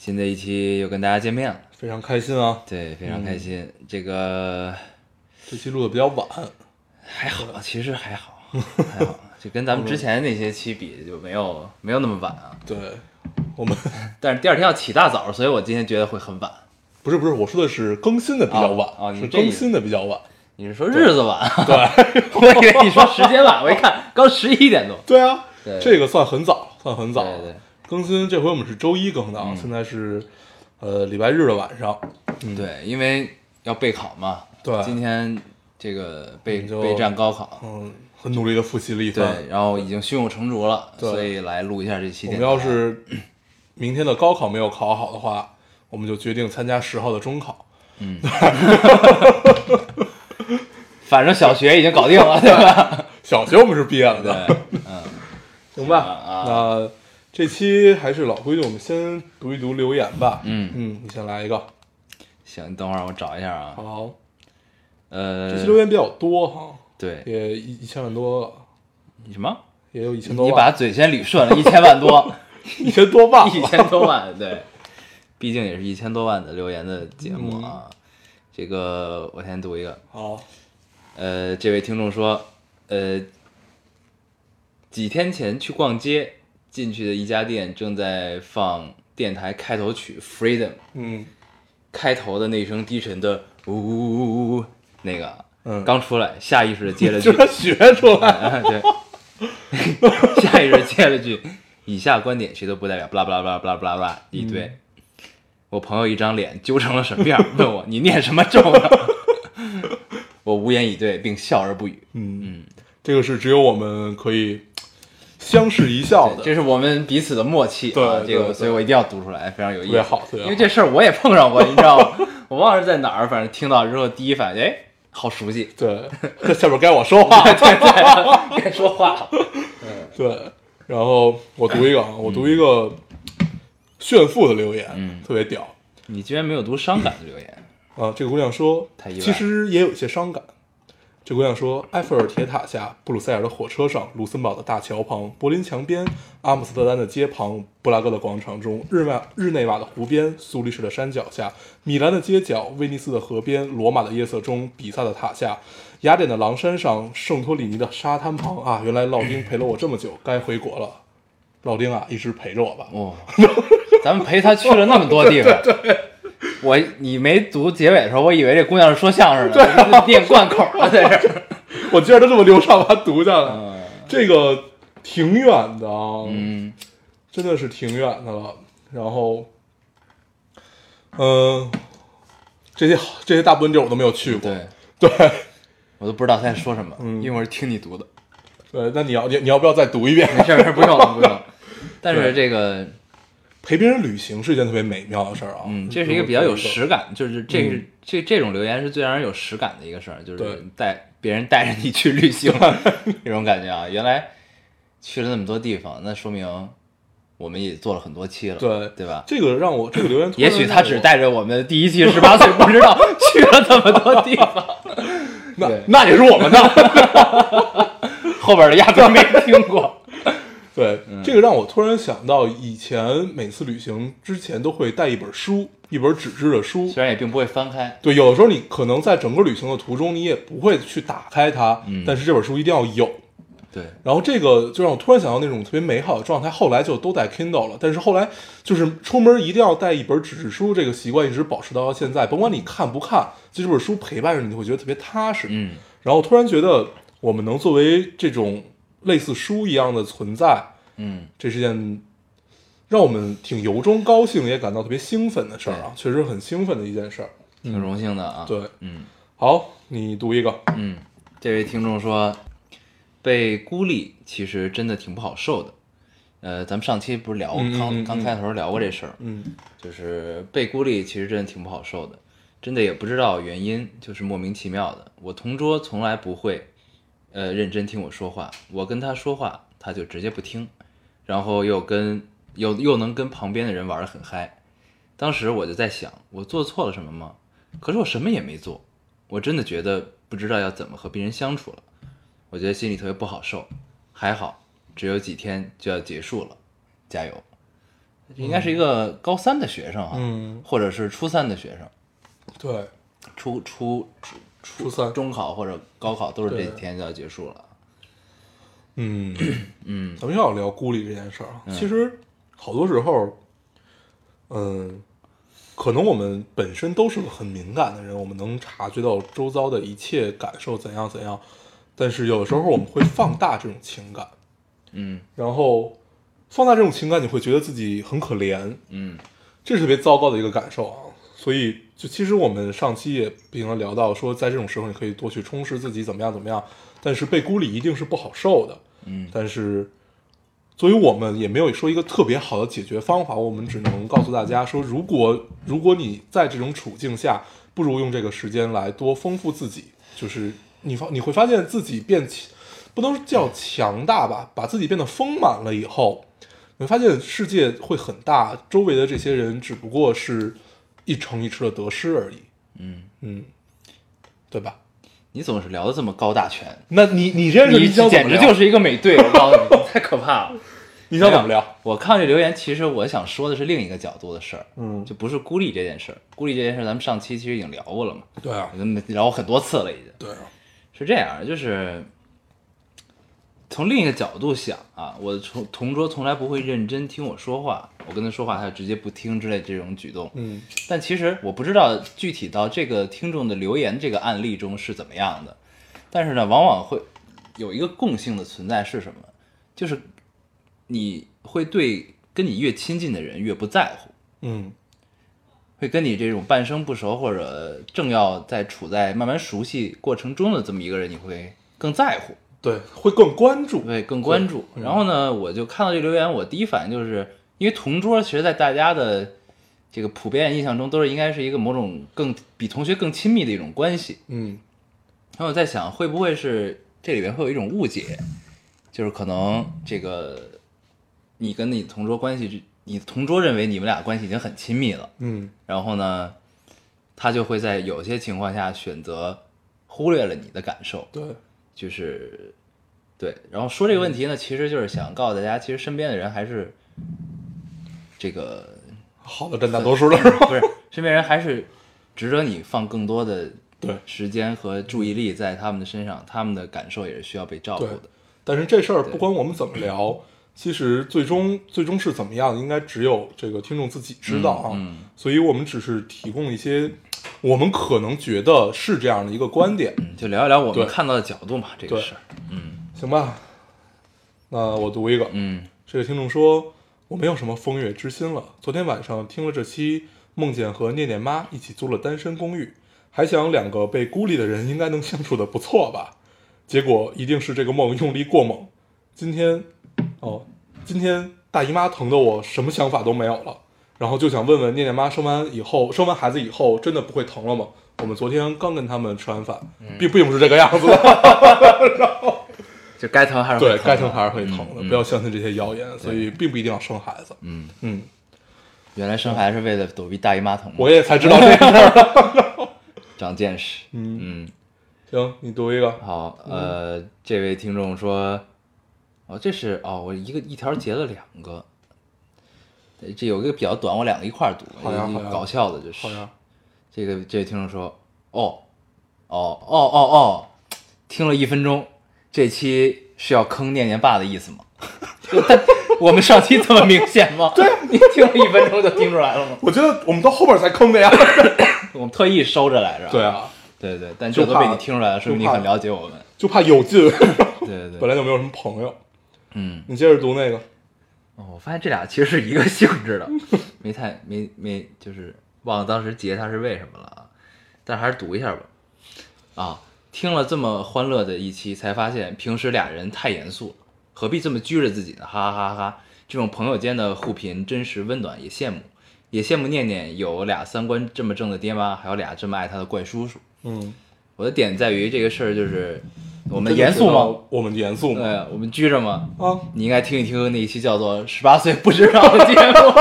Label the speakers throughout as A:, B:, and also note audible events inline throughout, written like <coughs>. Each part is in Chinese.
A: 新的一期又跟大家见面了，
B: 非常开心啊！
A: 对，非常开心。这个
B: 这期录的比较晚，
A: 还好，其实还好，还好，就跟咱们之前那些期比就没有没有那么晚啊。
B: 对我们 <laughs>
A: 但是第二天要起大早，所以我今天觉得会很晚。
B: 不是不是，我说的是更新的比较晚，
A: 哦哦你
B: 是
A: 这意
B: 更
A: 思
B: 新的比较晚。
A: 你是说日子晚？ <laughs> 啊对， <laughs> 我以为你说时间晚。我一看，刚十一点多。
B: <laughs> 对啊，
A: 对
B: 这个算很早，算很早。
A: 对嗯对
B: 更新这回我们是周一更的啊，现在是呃礼拜日的晚上。
A: 对，因为要备考嘛。
B: 对
A: 今天这个备
B: 你就
A: 备战高考，
B: 嗯，很努力的复习了一番
A: 对，。然后已经胸有成竹了，
B: 对
A: 所以来录一下这期
B: 我
A: 电
B: 们
A: 台。
B: 要是明天的高考没有考好的话，我们就决定参加十号的中考。
A: 反正小学已经搞定 <laughs> 了，对吧？
B: 小学我们是毕业了的，
A: 对，
B: 行吧，
A: 啊
B: 那这期还是老规矩，我们先读一读留言吧。
A: 嗯
B: 嗯，你先来一个。
A: 行，你等会儿我找一下啊。
B: 好，
A: 呃，
B: 这期留言比较多哈，
A: 对
B: 也一一千万多了，
A: 什么？
B: 也有一千多
A: 你
B: 万，
A: 把嘴先捋顺了，一千万多，
B: <laughs> 一千多万
A: <laughs> 一
B: 了。
A: 千多万，对， <laughs> 毕竟也是一千多万的留言的节目啊。这个我先读一个，
B: 好，
A: 呃，这位听众说，呃，几天前去逛街，进去的一家店正在放电台开头曲《Freedom》，
B: 嗯
A: 开头的那声低沉的呜呜呜呜呜，那个
B: 嗯，
A: 刚出来，下意识的 <laughs> 接了句
B: 就，是学出来。
A: 啊对，下意识接了句，以下观点谁都不代表，巴拉巴拉巴拉巴拉巴拉巴拉一堆。我朋友一张脸揪成了什么样，问我你念什么咒呢？ <laughs> 我无言以对，并笑而不语。
B: 嗯，这个是只有我们可以相视一笑的。
A: 这是我们彼此的默契啊，
B: 对
A: 这个
B: 对
A: 所以我一定要读出来，非常有意
B: 特别
A: 思。
B: 好啊特别
A: 因
B: 好
A: 为这事儿我也碰上过，你知道吗？我忘了是在哪儿，反正听到之后第一反应，哎，好熟
B: <laughs>
A: 悉，
B: 对，这下边该我说
A: <laughs>
B: 话。
A: 该说话了。
B: <laughs> 对，然后我读一个啊，我读一个炫富的留言，
A: 嗯
B: 特别屌。
A: 你居然没有读伤感的留言，
B: 啊，这个姑娘说
A: 太意，外
B: 其实也有一些伤感。这姑娘说，埃菲尔铁塔下、布鲁塞尔的火车上、卢森堡的大桥旁、柏林墙边、阿姆斯特丹的街旁、布拉格的广场中、日外日内瓦的湖边、苏黎世的山脚下、米兰的街角、威尼斯的河边、罗马的夜色中、比萨的塔下、雅典的狼山上、圣托里尼的沙滩旁啊！原来老丁陪了我这么久，该回国了。老丁啊，一直陪着我吧。
A: 哦，咱们陪他去了那么多地 <laughs> 方。我你没读结尾的时候，我以为这姑娘是说相声的，练贯口 <laughs> 了在这儿。
B: 我居然都这么流畅把它读下来，
A: 嗯
B: 这个挺远的啊。
A: 嗯
B: 真的是挺远的了。然后，嗯、这些这些大部分地儿我都没有去过。
A: 对，
B: 对
A: 我都不知道他在说什么，一会儿听你 <laughs> 读的。
B: 对那你要你你要不要再读一遍？ <laughs>
A: 没事儿，没事儿，不用了，不用了。 <laughs> 但是这个，
B: 陪别人旅行是一件特别美妙的事儿啊。
A: 嗯，这是一个比较有实感，就是这是、这这种留言是最让人有实感的一个事儿，就是
B: 对
A: 带别人带着你去旅 <laughs> 行这种感觉啊。原来去了那么多地方，那说明我们也做了很多期了，
B: 对
A: 对吧？
B: 这个让我这个留言，
A: 也许他只带着我们的第一
B: <laughs>
A: 期十八岁，不知道去了这么多地方，
B: 那
A: 对
B: 那也是我们的。
A: <laughs> 后边的压根儿没听
B: <laughs>
A: 过。
B: 对，
A: 嗯
B: 这个让我突然想到，以前每次旅行之前都会带一本书，一本纸质的书。
A: 虽然也并不会翻开，
B: 对，有的时候你可能在整个旅行的途中，你也不会去打开它，
A: 嗯
B: 但是这本书一定要有。
A: 对，
B: 然后这个就让我突然想到那种特别美好的状态，后来就都带 Kindle 了。但是后来就是出门一定要带一本纸质书，这个习惯一直保持到现在。甭管你看不看，就这本书陪伴着你，你会觉得特别踏实。
A: 嗯，
B: 然后突然觉得我们能作为这种类似书一样的存在，
A: 嗯，
B: 这是件让我们挺由衷高兴，也感到特别兴奋的事儿啊，确实很兴奋的一件事儿。
A: 挺荣幸的啊。
B: 嗯对，
A: 嗯。
B: 好，你读一个，
A: 嗯，这位听众说，被孤立其实真的挺不好受的。呃，咱们上期不是聊
B: 嗯嗯
A: 刚
B: 嗯
A: 刚开头聊过这事儿，
B: 嗯
A: 就是被孤立其实真的挺不好受的。真的也不知道原因，就是莫名其妙的。我同桌从来不会，呃，认真听我说话。我跟他说话，他就直接不听，然后又跟又又能跟旁边的人玩得很嗨。当时我就在想，我做错了什么吗？可是我什么也没做，我真的觉得不知道要怎么和别人相处了。我觉得心里特别不好受。还好，只有几天就要结束了，加油！应该是一个高三的学生哈、
B: 嗯，
A: 或者是初三的学生，
B: 对，
A: 初初初
B: 初三，
A: 中考或者高考都是这
B: 对
A: 几天就要结束了。
B: 嗯嗯，咱们又要聊孤立这件事儿啊。
A: 嗯
B: 其实好多时候，嗯，可能我们本身都是个很敏感的人，我们能察觉到周遭的一切感受怎样怎样，但是有时候我们会放大这种情感，
A: 嗯
B: 然后放大这种情感，你会觉得自己很可怜，
A: 嗯
B: 这是特别糟糕的一个感受啊。所以，就其实我们上期也并常聊到说，在这种时候你可以多去充实自己，怎么样怎么样。但是被孤立一定是不好受的，
A: 嗯
B: 但是作为我们也没有说一个特别好的解决方法，我们只能告诉大家说，如果如果你在这种处境下，不如用这个时间来多丰富自己，就是你发你会发现自己变强，不能叫强大吧，把自己变得丰满了以后，你会发现世界会很大，周围的这些人只不过是一城一池的得失而已，
A: 嗯，
B: 嗯，对吧？
A: 你总是聊的这么高大全，
B: 那你你这
A: 你
B: 想怎
A: 简
B: 么
A: 直
B: 聊？
A: 就是一个美队，我告诉
B: <laughs>
A: 你，太可怕了。
B: 你想怎么聊？
A: 我看这留言，其实我想说的是另一个角度的事儿，
B: 嗯，
A: 就不是孤立这件事儿。孤立这件事儿，咱们上期其实已经聊过了嘛，
B: 对啊，
A: 咱们聊过很多次了，已经。
B: 对啊，
A: 是这样，就是从另一个角度想啊，我的同同桌从来不会认真听我说话，我跟他说话，他直接不听之类这种举动。
B: 嗯
A: 但其实我不知道具体到这个听众的留言这个案例中是怎么样的，但是呢，往往会有一个共性的存在是什么？就是你会对跟你越亲近的人越不在乎。
B: 嗯。
A: 会跟你这种半生不熟或者正要在处在慢慢熟悉过程中的这么一个人，你会更在乎，
B: 对，会更关注。
A: 对，更关注。然后呢，我就看到这留言，我第一反应就是因为同桌，其实在大家的这个普遍印象中，都是应该是一个某种更比同学更亲密的一种关系。
B: 嗯
A: 然后我在想，会不会是这里边会有一种误解，就是可能这个你跟你同桌关系，你同桌认为你们俩关系已经很亲密了。
B: 嗯
A: 然后呢，他就会在有些情况下选择忽略了你的感受，
B: 对，
A: 就是对。然后说这个问题呢，其实就是想告诉大家，其实身边的人还是这个
B: 好的占大多数了是吧？
A: 不是身边人还是值得你放更多的
B: 对
A: 时间和注意力在他们的身上，他们的感受也是需要被照顾
B: 对
A: 的。
B: <laughs> 但是这事儿不管我们怎么聊，其实最终最终是怎么样，应该只有这个听众自己知道啊。
A: 嗯嗯
B: 所以我们只是提供一些我们可能觉得是这样的一个观点，
A: 嗯，就聊一聊我
B: 对
A: 们看到的角度嘛，这个
B: 对
A: 事儿。
B: 行吧？那我读一个，
A: 嗯
B: 这个听众说：“我没有什么风月之心了。昨天晚上听了这期，梦见和念念妈一起租了单身公寓，还想两个被孤立的人应该能相处的不错吧？结果一定是这个梦用力过猛。今天，哦，今天大姨妈疼的我什么想法都没有了，然后就想问问念念妈生完以后，生完孩子以后真的不会疼了吗？我们昨天刚跟他们吃完饭，
A: 嗯
B: 并并不是这个样
A: <laughs>
B: 子的。”
A: 就该疼还是会
B: 对，
A: 疼
B: 该疼
A: 的
B: 还是会疼的，
A: 嗯
B: 不要相信这些谣言，所以并不一定要生孩子。
A: 嗯，
B: 嗯，
A: 原来生孩子是为了躲避大姨妈疼吗，
B: 我也才知道这个事儿。
A: 长见识。
B: 嗯，
A: 嗯。
B: <laughs> 行，你读一个。
A: 好，呃，
B: 嗯
A: 这位听众说，哦，这是哦，我一个一条截了两个，呃这有一个比较短，我两个一块儿读，
B: 好呀
A: 一个
B: 好呀
A: 搞笑的，就是
B: 好呀，
A: 这个这位听众说，哦，哦哦哦哦，听了一分钟，这期是要坑念念爸的意思吗？ <laughs> 就他我们上期这么明显
B: <laughs>
A: 吗？对，你听了一分钟就听出来了吗？
B: 我觉得我们到后边才坑的呀。
A: 我们特意收着来着。
B: <laughs> 对啊，
A: 对对，但
B: 就
A: 这都被
B: 怕
A: 你听出来了，说明你
B: 就怕
A: 很了解我们。
B: 就怕有劲，
A: 对对对，
B: <laughs> 本来就没有什么朋友。
A: 嗯。
B: 你接着读那个。
A: 哦，我发现这俩其实是一个性质的，没太没没，就是忘了当时截它是为什么了啊，但还是读一下吧。啊，听了这么欢乐的一期，才发现平时俩人太严肃了，何必这么拘着自己呢？哈哈哈哈！这种朋友间的互评，真实温暖，也羡慕。也羡慕念念有俩三观这么正的爹妈，还有俩这么爱他的怪叔叔。
B: 嗯，
A: 我的点在于这个事儿就是我
B: 我
A: 们严肃吗？？
B: 我们严肃吗？
A: 呃，我们拘着吗？
B: 啊，
A: 你应该听一听那一期叫做《十八岁不知道》的节 <laughs> 目，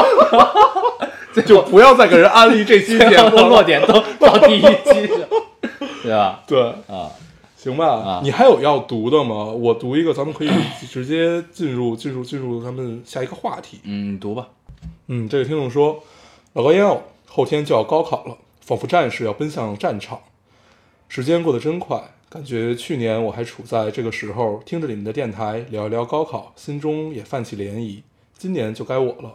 B: 就不要再给人安利这期节目
A: <laughs> 落
B: 了。
A: 点都到第一期去了，对吧？
B: <laughs> 对，
A: 啊，
B: 行吧、
A: 啊
B: 你还有要读的吗？我读一个，咱们可以直接进入进入进入咱们下一个话题。
A: 嗯，你读吧。
B: 嗯，这个听众说，老高烟偶，后天就要高考了，仿佛战士要奔向战场。时间过得真快，感觉去年我还处在这个时候，听着你们的电台聊一聊高考，心中也泛起涟漪。今年就该我了，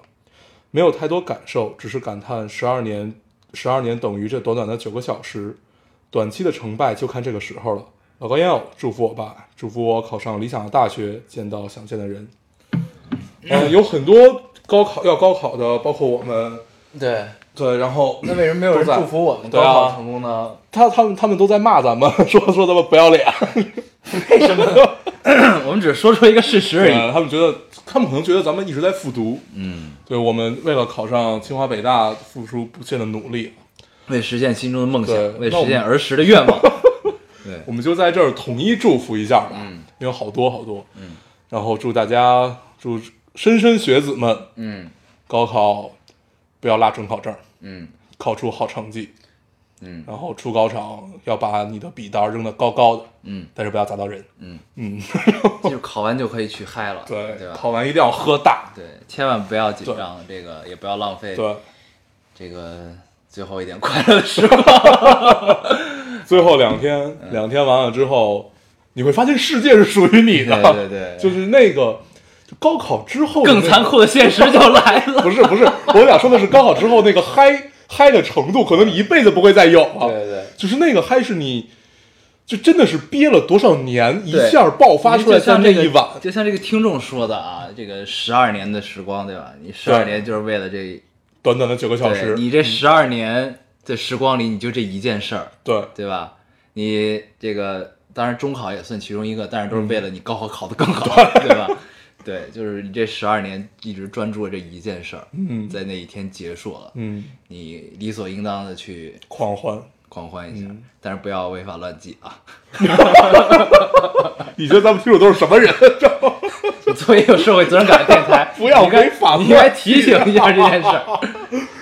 B: 没有太多感受，只是感叹十二年，十二年等于这短短的九个小时，短期的成败就看这个时候了。老高烟偶，祝福我吧，祝福我考上理想的大学，见到想见的人。呃，有很多高考要高考的，包括我们，
A: 对，啊
B: 对，然后
A: 那为什么没有人
B: 都在
A: 祝福我们
B: 对
A: 高
B: 啊
A: 考成功呢？
B: 他他们他们都在骂咱们， <laughs> 说说咱们不
A: <laughs>
B: 要脸，
A: 为什么？ <coughs> 我们只是说出一个事实而已。
B: 对他们觉得他们可能觉得咱们一直在复读，
A: 嗯，
B: 对我们为了考上清华北大付出不懈的努力，
A: 为实现心中的梦
B: 对
A: 想，为
B: 那我
A: 实
B: 们
A: 现儿时的愿 <laughs> 望。对，
B: 我们就在这儿统一祝福一下吧，
A: 嗯，
B: 因为好多好多，嗯，然后祝大家祝莘莘学子们
A: 嗯
B: 高考不要落准考证，
A: 嗯
B: 考出好成绩，
A: 嗯
B: 然后出考场要把你的笔袋扔得高高的，
A: 嗯，
B: 但是不要砸到人，
A: 嗯
B: 嗯，
A: 就考完就可以去嗨了，
B: 对，
A: 对吧？
B: 考完一定要喝大，
A: 对，千万不要紧张，这个也不要浪费
B: 对，
A: 这个最后一点快乐的时光。
B: 最后两天，
A: 嗯
B: 两天完了之后，你会发现世界是属于你的，
A: 对对对
B: 就是那个就高考之后的那
A: 更
B: 个
A: 残，酷的现实就来了。
B: 不是不是，我想说的是高考之后那个嗨嗨的程度，可能你一辈子不会再有了，
A: 对对
B: 就是那个嗨是你。就真的是憋了多少年，一
A: 对
B: 下爆发出
A: 就
B: 来在
A: 像
B: 那
A: 这个
B: 一晚，
A: 就像这个听众说的啊，这个十二年的时光，对吧？你十
B: 对
A: 二年就是为了这，
B: 短短的九个小
A: 对
B: 时，嗯
A: 你这十二年的时光里，你就这一件事儿，
B: 对
A: 对吧？你这个当然中考也算其中一个，但
B: 嗯
A: 是都是为了你高考考得更好，
B: <laughs>
A: 对吧？对，就是你这十二年一直专注这一件事儿，
B: 嗯
A: 在那一天结束了，
B: 嗯，
A: 你理所应当的去
B: 狂欢。
A: 狂欢一下，
B: 嗯
A: 但是不要违法乱纪啊！ <laughs>
B: 你觉得咱们听众都是什
A: <laughs>
B: 么人？
A: 你作为有社会责任感的电台，
B: <laughs> 不要
A: 你应该
B: 违法
A: 你应该提醒一下这件事儿。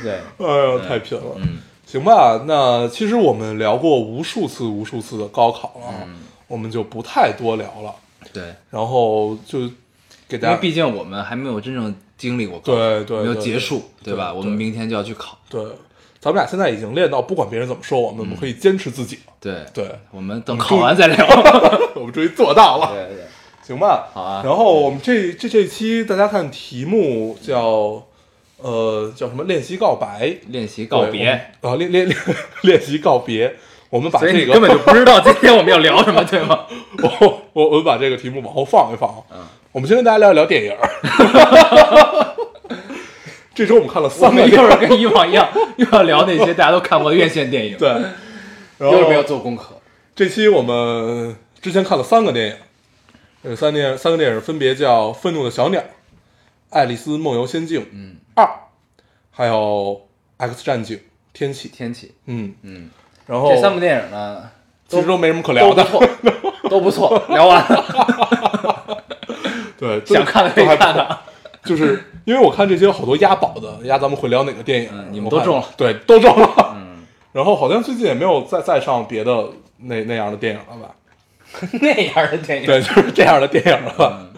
A: 对，
B: 哎呦，太贫了。
A: 嗯
B: 行吧，那其实我们聊过无数次、无数次的高考了，啊，
A: 嗯
B: 我们就不太多聊了。
A: 对，
B: 然后就给
A: 因
B: 大
A: 为
B: 家
A: 毕竟我们还没有真正经历过高考，
B: 对对
A: 没有
B: 对
A: 结束，
B: 对
A: 对吧？
B: 对
A: 我们明天就要去考，
B: 对，咱们俩现在已经练到，不管别人怎么说我们，我们可以坚持自己。
A: 对， <laughs>
B: 对，
A: 我们等
B: 我们
A: 考
B: 注
A: 完再聊。
B: <laughs> 我们终于做到了，
A: 对，
B: 行吧？
A: 好啊
B: 然后我们这这这期大家看题目叫呃叫什么？练习告白，
A: 练习告别，
B: 对我们啊，练练 <laughs> 练练习告别。我们把
A: 所以
B: 这
A: 你
B: 个
A: 根本就不知道今天我们要聊什么，对吗？
B: <laughs> 我我我们把这个题目往后放一放啊。
A: 嗯
B: 我们先跟大家聊一聊电
A: <laughs>
B: 影儿。 <laughs> 这周我们看了
A: 我
B: 三个
A: 们
B: 电
A: 又
B: 影
A: 是
B: 儿，
A: 跟以往一样，又要聊那些大家都看过的院线电影，
B: 对，
A: <laughs>
B: 然
A: 又是没有
B: 后
A: 做功课。
B: 这期我们之前看了三个电影，这三电三个电影分别叫《愤怒的小鸟》《爱丽丝梦游仙境》嗯二，还有《X 战警：天启》
A: 天气，
B: 嗯，
A: 嗯，
B: 然后
A: 这三部电影呢，
B: 其实都没什么可聊的，
A: 都不错，都不错， <laughs> 聊完了，
B: 对，
A: 想看的可以
B: 都还不
A: 看
B: 错
A: 看。 <laughs>
B: 就是因为我看这些有好多押宝的，押咱们会聊哪个电影，
A: 嗯你们都中了
B: 我看，对，都中了。嗯， <laughs> 然后好像最近也没有再再上别的那那样的电影了吧？
A: 那样的电影，
B: 对，就是这样的电影了吧。
A: 嗯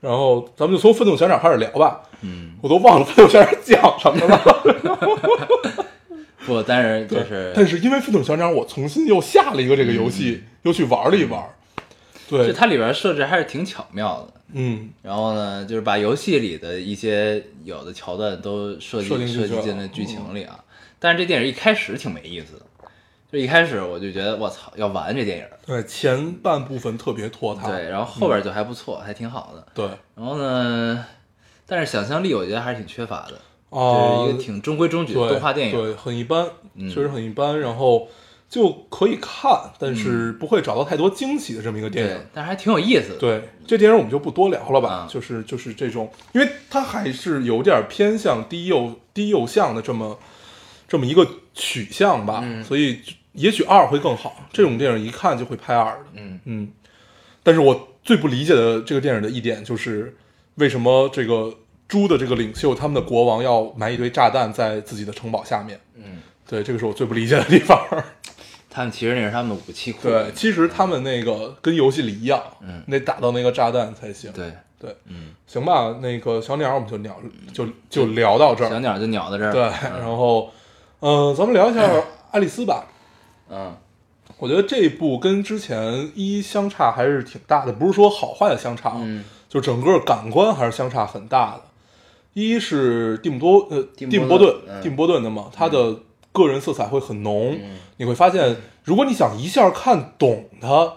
B: 然后咱们就从《愤怒小鸟》开始聊吧。嗯，我都忘了《愤怒小鸟》讲什么了。
A: 不，但是 <laughs> 就是，
B: 但是因为《愤怒小鸟》，我重新又下了一个这个游戏，又去玩了一玩。
A: 就
B: 对，
A: 嗯它里边设置还是挺巧妙的。
B: 嗯，
A: 然后呢，就是把游戏里的一些有的桥段都设计
B: 设定进
A: 设
B: 去
A: 计进了剧情里啊。但是这电影一开始挺没意思的，就一开始我就觉得我操要完这电影，
B: 对，前半部分特别拖沓。
A: 对，然后后边就还不错，还挺好的。
B: 对，
A: 然后呢，但是想象力我觉得还是挺缺乏的，
B: 啊，
A: 就是一个挺中规中矩的
B: 对
A: 动画电影。
B: 对，很一般，
A: 嗯
B: 确实很一般。然后就可以看，但是不会找到太多惊喜的这么一个电影
A: 嗯对。，但是还挺有意思的。，
B: 对，这电影我们就不多聊了
A: 嗯
B: 吧，就是就是这种，因为它还是有点偏向低幼低幼向的这么这么一个取向吧，
A: 嗯
B: 所以也许二会更好。这种电影一看就会拍二的，
A: 嗯
B: 嗯。但是我最不理解的这个电影的一点就是，为什么这个猪的这个领袖他们的国王要埋一堆炸弹在自己的城堡下面？
A: 嗯，
B: 对，这个是我最不理解的地
A: <laughs>
B: 方。
A: 他们其实那是他们的武器库。
B: 对，其实他们那个跟游戏里一样，
A: 嗯
B: 你得打到那个炸弹才行。
A: 对，
B: 对，
A: 嗯，
B: 行吧，那个小鸟我们就聊就就聊到这
A: 小
B: 儿，
A: 鸟就鸟到这儿。
B: 对，，然后，嗯、咱们聊一下
A: <laughs>
B: 爱丽丝吧。
A: 嗯
B: 我觉得这一部跟之前一相差还是挺大的，不是说好坏的相差，啊
A: 嗯，
B: 就整个感官还是相差很大的。一是蒂姆多呃
A: 蒂
B: 蒂
A: 姆
B: 姆波
A: 波顿
B: 顿
A: 嗯
B: 蒂姆波顿的嘛，他的个人色彩会很浓，你会发
A: 嗯
B: 现，如果你想一下看懂他，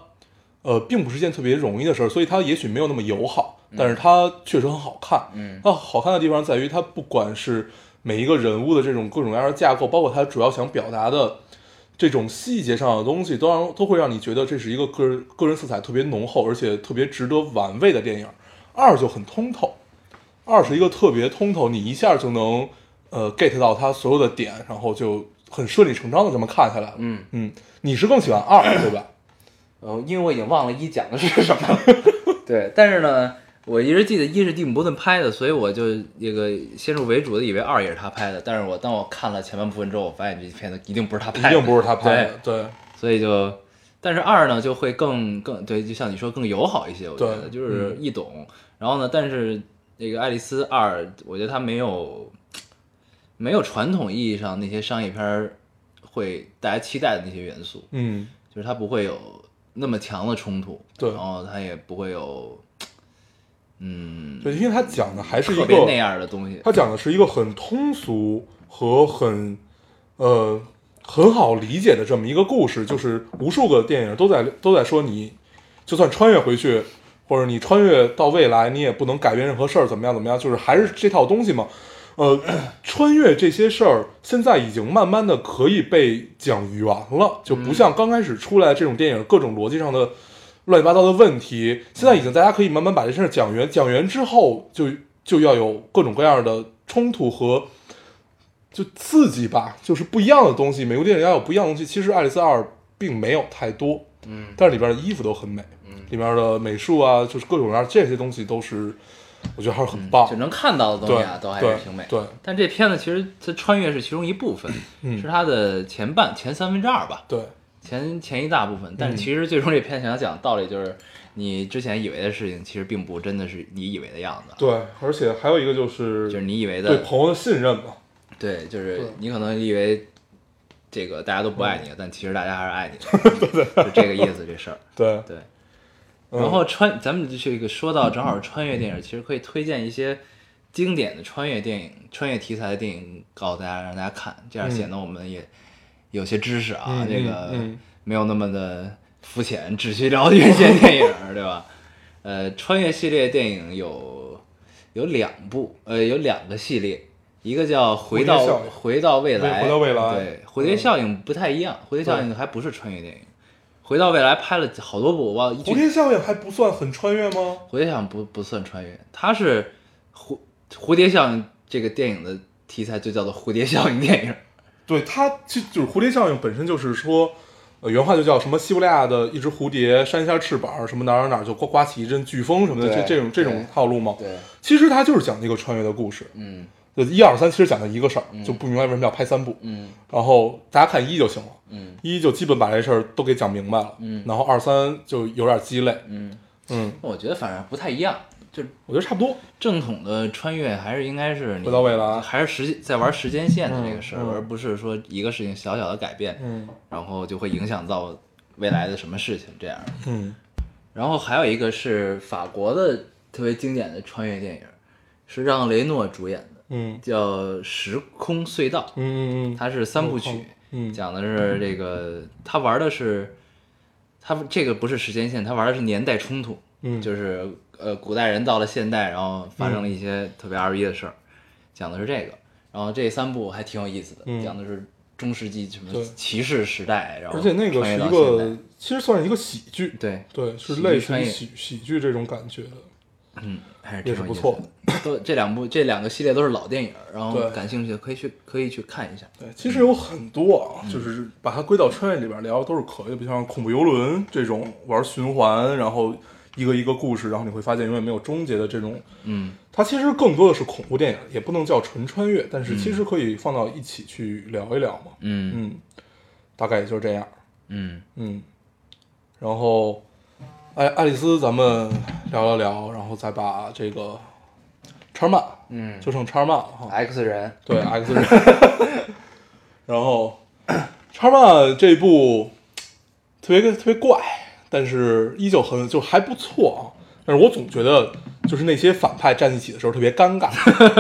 B: 呃，并不是件特别容易的事儿，所以他也许没有那么友好，但是他确实很好看。
A: 嗯，
B: 那好看的地方在于它不管是每一个人物的这种各种各样的架构，包括他主要想表达的这种细节上的东西，都让都会让你觉得这是一个个人个人色彩特别浓厚，而且特别值得玩味的电影。二就很通透，二是一个特别通透，你一下就能呃 get 到它所有的点，然后就很顺理成章的这么看下来了。
A: 嗯
B: 嗯，你是更喜欢二对吧？
A: 呃，因为我已经忘了一讲的是什
B: <laughs>
A: 么。对，但是呢，我一直记得一是蒂姆·波顿拍的，所以我就那个先入为主的以为二也是他拍的。但是我当我看了前半部分之后，我发现这片子一定不是他
B: 一
A: 拍的，
B: 定不是他拍的，对
A: 对，所以就。但是二呢，就会更更对，就像你说更友好一些，我觉得
B: 对
A: 就是
B: 嗯
A: 易懂。然后呢，但是那个《爱丽丝二》，我觉得它没有没有传统意义上那些商业片儿会大家期待的那些元素，
B: 嗯，
A: 就是它不会有那么强的冲突，
B: 对
A: 然后它也不会有，嗯，
B: 对，因为他讲的还是一
A: 特
B: 个
A: 别那样的东西，
B: 他讲的是一个很通俗和很呃很好理解的这么一个故事，就是无数个电影都在都在说你，就算穿越回去，或者你穿越到未来，你也不能改变任何事儿，怎么样怎么样，就是还是这套东西嘛。呃， <clears throat> 穿越这些事儿现在已经慢慢的可以被讲圆了，就不像刚开始出来这种电影各种逻辑上的乱七八糟的问
A: 嗯
B: 题，现在已经大家可以慢慢把这事儿讲圆，讲圆之后就就要有各种各样的冲突和就刺激吧，就是不一样的东西。美国电影要有不一样的东西，其实《爱丽丝二》并没有太多，
A: 嗯，
B: 但是里边的衣服都很美，嗯，里边的美术啊，就是各种各样这些东西都是我觉得还是很棒，
A: 嗯就能看到的东西
B: 对
A: 啊，，都还
B: 对
A: 是挺美。
B: 对，
A: 但这片子其实它穿越是其中一部分，
B: 嗯
A: 是它的前半前三分之二吧，
B: 对，
A: 前前一大部分。但是
B: 嗯
A: 其实最终这片想讲道理就是，你之前以为的事情，其实并不真的是你以为的样子，
B: 对，而且还有一个就
A: 就是是你以为
B: 对
A: 的，
B: 朋友的信任嘛，
A: 对，就是
B: 对
A: 你可能以为这个大家都不爱你了，但其实大家还是爱
B: <laughs>
A: 你的，就这个意思，这事儿。
B: 对，
A: 对，
B: 嗯
A: 然后穿，咱们这个说到正好是穿越电影，其实可以推荐一些经典的穿越电影、穿越题材的电影，告诉大家，让大家看，这样显得我们也有些知识啊，
B: 嗯
A: 这个
B: 嗯嗯
A: 没有那么的肤浅，只需了解一些电影，对吧？呃，穿越系列电影有有两部，呃，有两个系列。一个叫回到
B: 蝴蝶效应
A: 回到未来，
B: 回到未来嗯
A: 对蝴蝶效应不太一样，蝴蝶效应还不是穿越电影，回到未来拍了好多部，我忘了一具
B: 蝴蝶效应还不算很穿越吗？
A: 蝴蝶效应不不算穿越，它是蝴蝴蝶效应这个电影的题材就叫做蝴蝶效应电影。
B: 对，它其实就是蝴蝶效应本身就是说，呃，原话就叫什么西伯利亚的一只蝴蝶扇一下翅膀，什么哪儿哪儿哪儿就刮刮起一阵飓风什么的，
A: 对
B: 这这种这种
A: 对
B: 套路嘛。
A: 对，
B: 其实它就是讲的一个穿越的故事，
A: 嗯
B: 就一二三其实讲的一个事儿，就不明白为什么要拍三部。
A: 嗯
B: 然后大家看一就行了，
A: 嗯
B: 一就基本把这事儿都给讲明白了，
A: 嗯
B: 然后二三就有点鸡肋，
A: 嗯，
B: 嗯，
A: 我觉得反正不太一样，就
B: 我觉得差不多，
A: 正统的穿越还是应该是你
B: 回到未来
A: 还是时间在玩时间线的这个事儿，
B: 嗯嗯
A: 而不是说一个事情小小的改变，
B: 嗯
A: 然后就会影响到未来的什么事情这样。
B: 嗯
A: 然后还有一个是法国的特别经典的穿越电影，是让雷诺主演的，
B: 嗯
A: 叫《时空隧道
B: 嗯》，嗯嗯，
A: 它是三部
B: 我
A: 曲
B: 看，嗯
A: 讲的是这个他玩的是，他这个不是时间线，他玩的是年代冲突，
B: 嗯
A: 就是呃古代人到了现代，然后发生了一些特别二逼的事儿，讲的是这个。然后这三部还挺有意思的，
B: 嗯
A: 讲的是中世纪什么
B: 对
A: 骑士时代，然后
B: 而且那个
A: 穿越
B: 是
A: 到
B: 一
A: 现代
B: 个，其实算是一个喜剧，
A: 对
B: 对，是
A: 喜剧
B: 类似
A: 穿
B: 于
A: 越
B: 喜喜剧这种感觉的。
A: 嗯，还是挺
B: 也是
A: 有
B: 不
A: 意思
B: 错
A: 的。都这两部这两个系列都是老电影，然后
B: 对
A: 感兴趣的可以去可以去看一下。
B: 对，其实有很多啊，就是把它归到穿越里边聊都是可以的，比如像恐怖游轮这种玩循环，然后一个一个故事，然后你会发现永远没有终结的这种，
A: 嗯，
B: 它其实更多的是恐怖电影，也不能叫纯穿越，但是其实可以放到一起去聊一聊嘛。
A: 嗯
B: 嗯，大概也就是这样。
A: 嗯，
B: 嗯，然后爱爱丽丝，咱们聊聊聊，然后再把这个叉曼，
A: 嗯
B: 就剩叉曼了哈。
A: X 人， <laughs>
B: 对 X 人，然后叉曼这部特别特别怪，但是依旧很就还不错啊。但是我总觉得就是那些反派站一起的时候特别尴尬，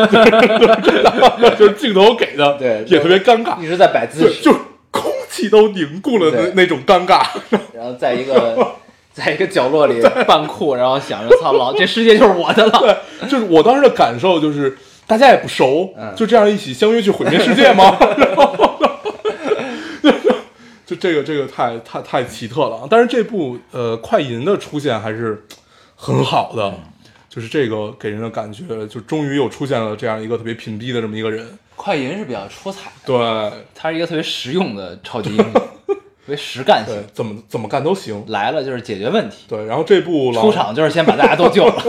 B: <laughs> 就是就是镜头给的，
A: 对
B: 也特别尴尬
A: 一，直在摆姿
B: 对，
A: 势，
B: 就是空气都凝固了的
A: 对
B: 那种尴尬。
A: 然后在一 <laughs> 个在一个角落里扮酷，然后想着操老这世界就是我的了。
B: 对， <laughs> 就是我当时的感受就是，大家也不熟，
A: 嗯
B: 就这样一起相约去毁灭世界
A: <laughs>
B: 吗？ <laughs> 然后就这个这个太太太奇特了啊。但是这部呃快银的出现还是很好
A: 嗯
B: 的，就是这个给人的感觉，就终于又出现了这样一个特别屏蔽的这么一个人。
A: 快银是比较出彩，
B: 对
A: 他是一个特别实用的超级英
B: <laughs>
A: 雄，特别实干
B: 对
A: 型，，
B: 怎么怎么干都行。
A: 来了就是解决问题，
B: 对，然后这部狼
A: 出场就是先把大家都救了。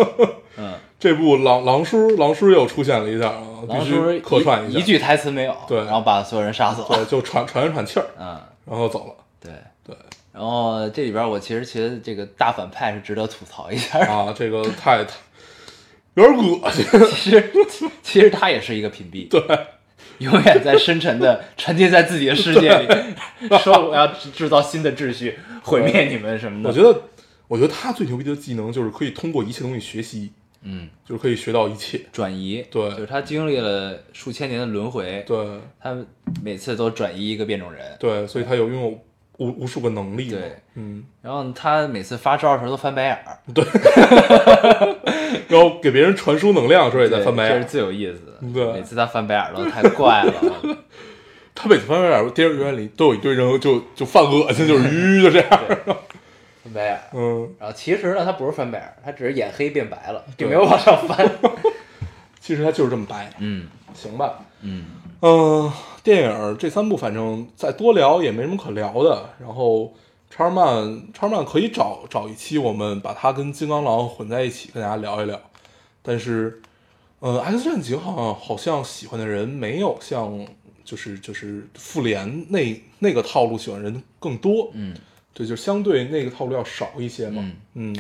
A: 嗯，
B: 这部狼狼叔狼叔又出现了一下啊，必
A: 狼
B: 须
A: 叔
B: 客串
A: 一
B: 下，
A: 一句台词没有，
B: 对
A: 然后把所有人杀死了。
B: 对，就喘喘一喘气儿，
A: 嗯，
B: 然后走了。
A: 对。
B: 对，
A: 然后这里边我其实觉得这个大反派是值得吐槽一下的，
B: <laughs> 啊，这个太太有点恶心。
A: 其
B: <laughs>
A: 实其实他也是一个屏蔽，
B: 对，
A: 永远在深沉
B: <laughs>
A: 的沉浸在自己的世界里，说我要制制造新的秩序，毁灭你们什么的。
B: 我觉得，我觉得他最牛逼的技能就是可以通过一切东西学习，
A: 嗯，
B: 就是可以学到一切。
A: 转移，
B: 对
A: 就是他经历了数千年的轮回，
B: 对
A: 他每次都转移一个变种人，
B: 对，所以他有拥有无无数个能力。
A: 对，
B: 嗯，
A: 然后他每次发招的时候都翻白眼儿，
B: 然后给别人传输能量的时候也在啊翻白
A: 这
B: 眼
A: 是
B: 儿，
A: 最有意思的。
B: 对
A: 每次他翻白眼儿都太怪
B: <laughs>
A: 了，
B: 他每次翻白眼儿，电影院里都有一堆人就就犯恶心，就是吁，就这样。
A: 翻白眼儿。
B: 嗯，
A: 然后其实呢，他不是翻白眼儿，他只是眼黑变白了，也
B: 对
A: 没有往上
B: <laughs>
A: 翻。
B: 其实他就是这么白，
A: 嗯
B: 行吧？
A: 嗯，
B: 嗯，电影儿这三部反正再多聊也没什么可聊的。然后叉曼，叉曼可以找找一期，我们把它跟金刚狼混在一起跟大家聊一聊。但是，呃，X 战警好像好像喜欢的人没有像就是就是复联那那个套路喜欢人更多。
A: 嗯，
B: 对，就相对那个套路要少一些嘛。嗯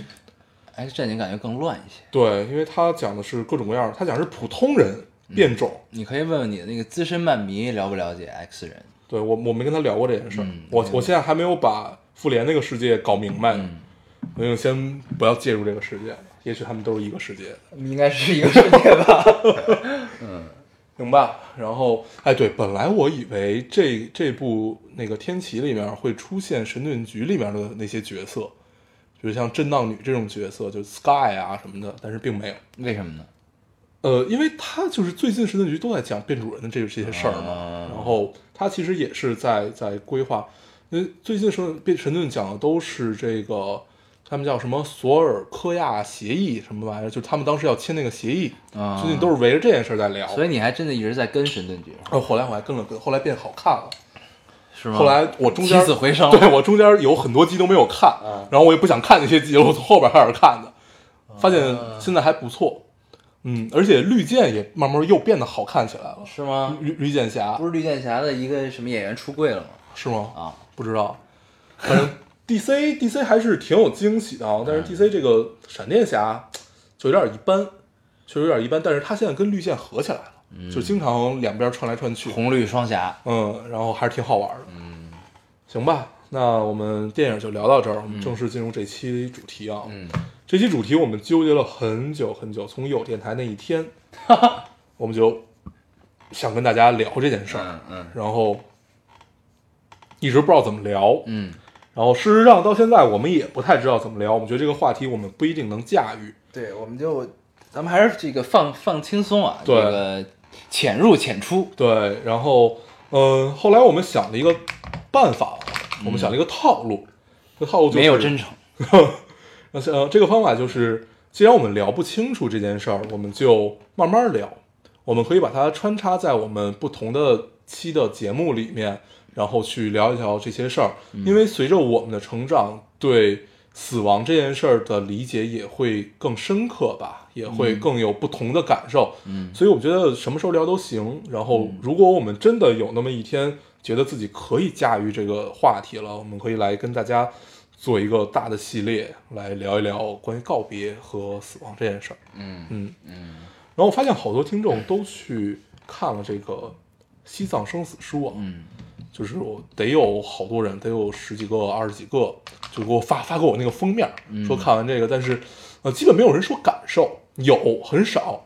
A: ，X 战警哎感觉更乱一些。
B: 对，因为他讲的是各种各样的，他讲的是普通人
A: 嗯
B: 变种。
A: 你可以问问你的那个资深漫迷了不了解 X 人。
B: 对我我没跟他聊过这件事儿，
A: 嗯
B: 我我现在还没有把复联那个世界搞明白呢，我就先不要介入这个世界，也许他们都是一个世界的，
A: 应该是一个世界
B: <laughs>
A: 吧？嗯
B: 行吧？然后，哎，对，本来我以为这这部那个天启里面会出现神盾局里面的那些角色，比如像震荡女这种角色，就是 Sky 啊什么的，但是并没有。
A: 为什么呢？
B: 呃，因为他就是最近神盾局都在讲变种人的这这些事儿嘛，
A: 啊
B: 然后他其实也是在在规划，因为最近神变神盾讲的都是这个，他们叫什么索尔科亚协议什么玩意儿，就是他们当时要签那个协议，
A: 啊
B: 最近都是围着这件事儿在聊。
A: 所以你还真的一直在跟神盾局
B: 呃，后来我还跟了跟，后来变好看了。
A: 是吗？
B: 后来我中间
A: 起死回生了
B: 对我中间有很多集都没有看，
A: 嗯
B: 然后我也不想看那些集了，我从后边开始看的，发现现在还不错，嗯，而且绿箭也慢慢又变得好看起来了，
A: 是吗？
B: 绿绿箭侠
A: 不是绿箭侠的一个什么演员出柜了吗？
B: 是吗？
A: 啊，
B: 不知道，反正 <laughs> DC DC 还是挺有惊喜的
A: 嗯
B: 啊，但是 DC 这个闪电侠就有点一般，确实有点一般，但是他现在跟绿箭合起来了，
A: 嗯
B: 就经常两边串来串去，
A: 红绿双侠。
B: 嗯，然后还是挺好玩的。嗯，行吧，那我们电影就聊到这儿，我们正式进入这期主题啊。
A: 嗯，
B: 这期主题我们纠结了很久很久，从有电台那一
A: <laughs>
B: 天，我们就想跟大家聊这件事儿，
A: 嗯嗯
B: 然后一直不知道怎么聊。
A: 嗯，
B: 然后事实上到现在我们也不太知道怎么聊，我们觉得这个话题我们不一定能驾驭。
A: 对，我们就咱们还是这个放放轻松啊，
B: 对
A: 这个潜入浅出。
B: 对，然后嗯，后来我们想了一个办法，啊我们想了一个套路，这套路就是
A: 嗯没有真诚，
B: 那呃，这个方法就是，既然我们聊不清楚这件事儿，我们就慢慢聊。我们可以把它穿插在我们不同的期的节目里面，然后去聊一聊这些事儿。因为随着我们的成长，对死亡这件事儿的理解也会更深刻吧，也会更有不同的感受。
A: 嗯
B: 所以我觉得什么时候聊都行。然后，如果我们真的有那么一天觉得自己可以驾驭这个话题了，我们可以来跟大家做一个大的系列，来聊一聊关于告别和死亡这件事儿。
A: 嗯
B: 嗯，
A: 嗯
B: 然后我发现好多听众都去看了这个《西藏生死书》啊，
A: 嗯，
B: 就是我得有好多人，得有十几个、二十几个，就给我发发给我那个封面，说看完这个，但是呃，基本没有人说感受，有很少，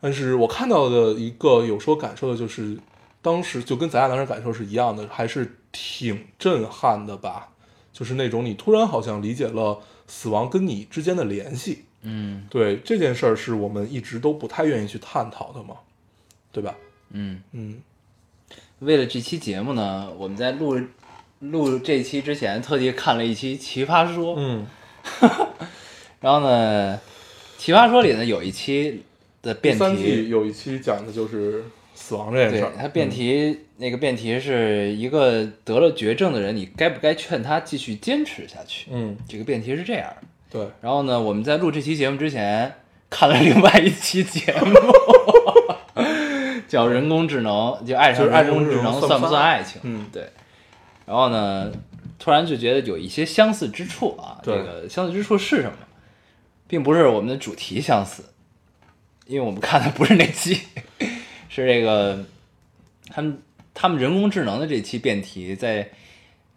B: 但是我看到的一个有说感受的就是，当时就跟咱俩当时感受是一样的，还是挺震撼的吧，就是那种你突然好像理解了死亡跟你之间的联系，
A: 嗯
B: 对这件事儿是我们一直都不太愿意去探讨的嘛，对吧？
A: 嗯，
B: 嗯
A: 为了这期节目呢，我们在录录这期之前特地看了一期《奇葩说》，
B: 嗯
A: 然后呢，《奇葩说》里呢有一期的
B: 第
A: 辩
B: 三季
A: 题，
B: 有一期讲的就是死亡这件
A: 对
B: 事儿，嗯
A: 它辩题、那个辩题是一个得了绝症的人，你该不该劝他继续坚持下去？
B: 嗯，
A: 这个辩题是这样的。
B: 对，
A: 然后呢，我们在录这期节目之前看了另外一期节目， <laughs> 叫《人工智能》，就爱
B: 就
A: 上
B: 是爱
A: 人
B: 上
A: 工智
B: 人工智
A: 能
B: 能算不
A: 算不
B: 算
A: 算
B: 爱
A: 爱情？
B: 嗯
A: 对。然后呢，突然就觉得有一些相似之处啊。这
B: 对
A: 个相似之处是什么？并不是我们的主题相似，因为我们看的不是那期， <laughs> 是这个他们他们人工智能的这期辩题，在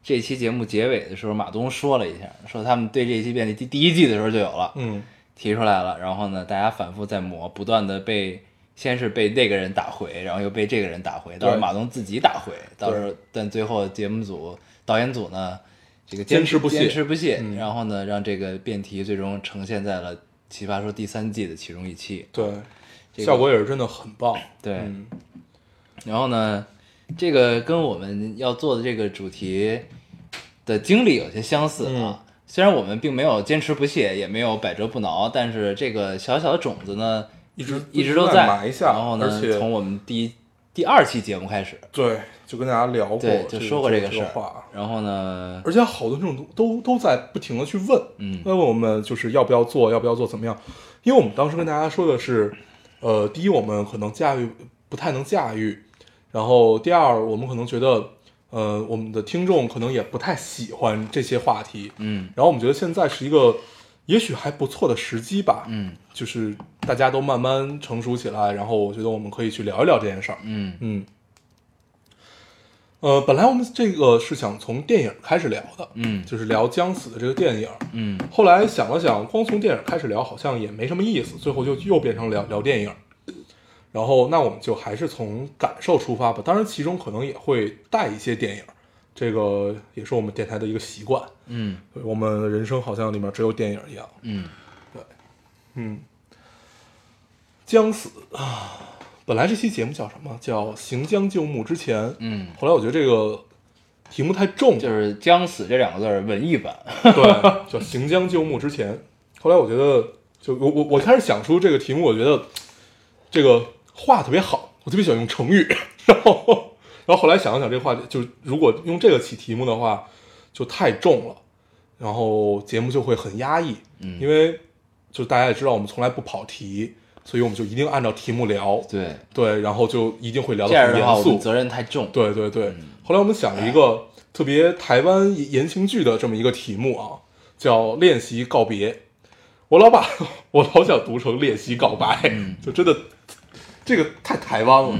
A: 这期节目结尾的时候，马东说了一下，说他们对这期辩题第第一季的时候就有了，
B: 嗯，
A: 提出来了，然后呢，大家反复在磨，不断的被先是被那个人打回，然后又被这个人打回，到时候马东自己打回，到时候但最后节目组导演组呢，这个
B: 坚
A: 持
B: 持不懈
A: 坚持不懈，
B: 嗯
A: 然后呢，让这个辩题最终呈现在了《奇葩说》第三季的其中一期。
B: 对，
A: 这个哎
B: 效果也是真的很棒。
A: 对，
B: 嗯，
A: 然后呢，这个跟我们要做的这个主题的经历有些相似
B: 嗯
A: 啊。虽然我们并没有坚持不懈，也没有百折不挠，但是这个小小的种子呢，
B: 一直
A: 一直
B: 一直
A: 都
B: 在埋下
A: 然后呢
B: 而，且
A: 从我们第一第二期节目开始，
B: 对，就跟大家聊过，
A: 对，就说过
B: 这
A: 个事
B: 个
A: 儿
B: 话。。
A: 然后呢，
B: 而且好多听众都都在不停的去问，
A: 嗯
B: 问我们就是要不要做，要不要做，怎么样？因为我们当时跟大家说的是，呃，第一我们可能驾驭不太能驾驭，然后第二我们可能觉得，呃，我们的听众可能也不太喜欢这些话题，
A: 嗯
B: 然后我们觉得现在是一个也许还不错的时机吧，
A: 嗯
B: 就是大家都慢慢成熟起来，然后我觉得我们可以去聊一聊这件事儿。
A: 嗯
B: 嗯，呃，本来我们这个是想从电影开始聊的，
A: 嗯
B: 就是聊将死的这个电影。
A: 嗯
B: 后来想了想，光从电影开始聊好像也没什么意思，最后就又变成聊聊电影。然后，那我们就还是从感受出发吧。当然，其中可能也会带一些电影，这个也是我们电台的一个习惯。
A: 嗯
B: 对我们人生好像里面只有电影一样。
A: 嗯，
B: 嗯，将死啊，本来这期节目叫什么？叫“行将就木之前”。
A: 嗯
B: 后来我觉得这个题目太重，
A: 就是是“将死”这两个字儿文艺版，
B: <laughs> 对，叫“行将就木之前”。后来我觉得，就我我我开始想出这个题目，我觉得这个话特别好，我特别喜欢用成语。 <laughs> 然后，然后后来想了想，这话就如果用这个起题目的话，就太重了，然后节目就会很压抑。
A: 嗯
B: 因为就大家也知道，我们从来不跑题，所以我们就一定按照题目聊，
A: 对，
B: 对，然后就一定会聊
A: 这
B: 得
A: 样
B: 很
A: 的话
B: 严
A: 我们
B: 肃，
A: 责任太重，
B: 对对对。后来我们想了一个特别台湾言情剧的这么一个题目啊，叫“练习告别”。我老把 <laughs> 我老想读成“练习告白”， <laughs> 就真的这个太台湾了，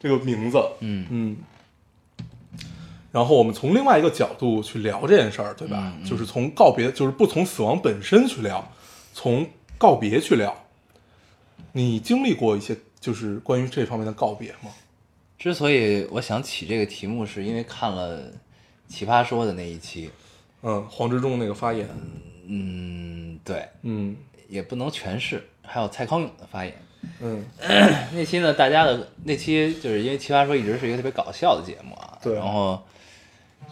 B: 这个名字，
A: 嗯
B: 嗯。然后我们从另外一个角度去聊这件事儿，对吧？就是从告别，就是不从死亡本身去聊，从告别去聊。你经历过一些就是关于这方面的告别吗？
A: 之所以我想起这个题目，是因为看了《奇葩说》的那一期。
B: 嗯，黄执中那个发言，
A: 嗯，对，
B: 嗯
A: 也不能全是，还有蔡康永的发言。
B: 嗯，
A: 那期呢，大家的那期就是因为《奇葩说》一直是一个特别搞笑的节目啊，
B: 对
A: 然后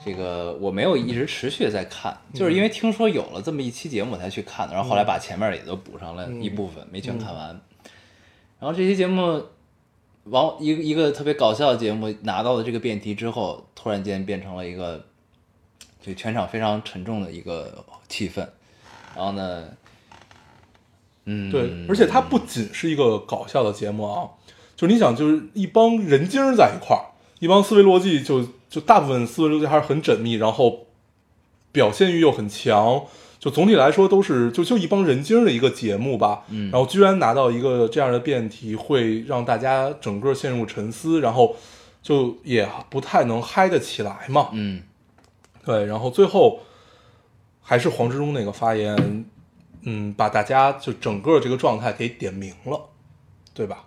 A: 这个我没有一直持续地在看，就是因为听说有了这么一期节目我才去看的，然后后来把前面也都补上了一部分，没全看完。然后这期节目，往一个一个特别搞笑的节目拿到了这个辩题之后，突然间变成了一个就全场非常沉重的一个气氛。然后呢，嗯，
B: 对，而且它不仅是一个搞笑的节目啊，就是你想，就是一帮人精儿在一块儿，一帮思维逻辑就就大部分思维逻辑还是很缜密，然后表现欲又很强，就总体来说都是就就一帮人精儿的一个节目吧。嗯，然后居然拿到一个这样的辩题，会让大家整个陷入沉思，然后就也不太能嗨得起来嘛。
A: 嗯，
B: 对，然后最后还是黄志忠那个发言，嗯，把大家就整个这个状态给点明了，对吧？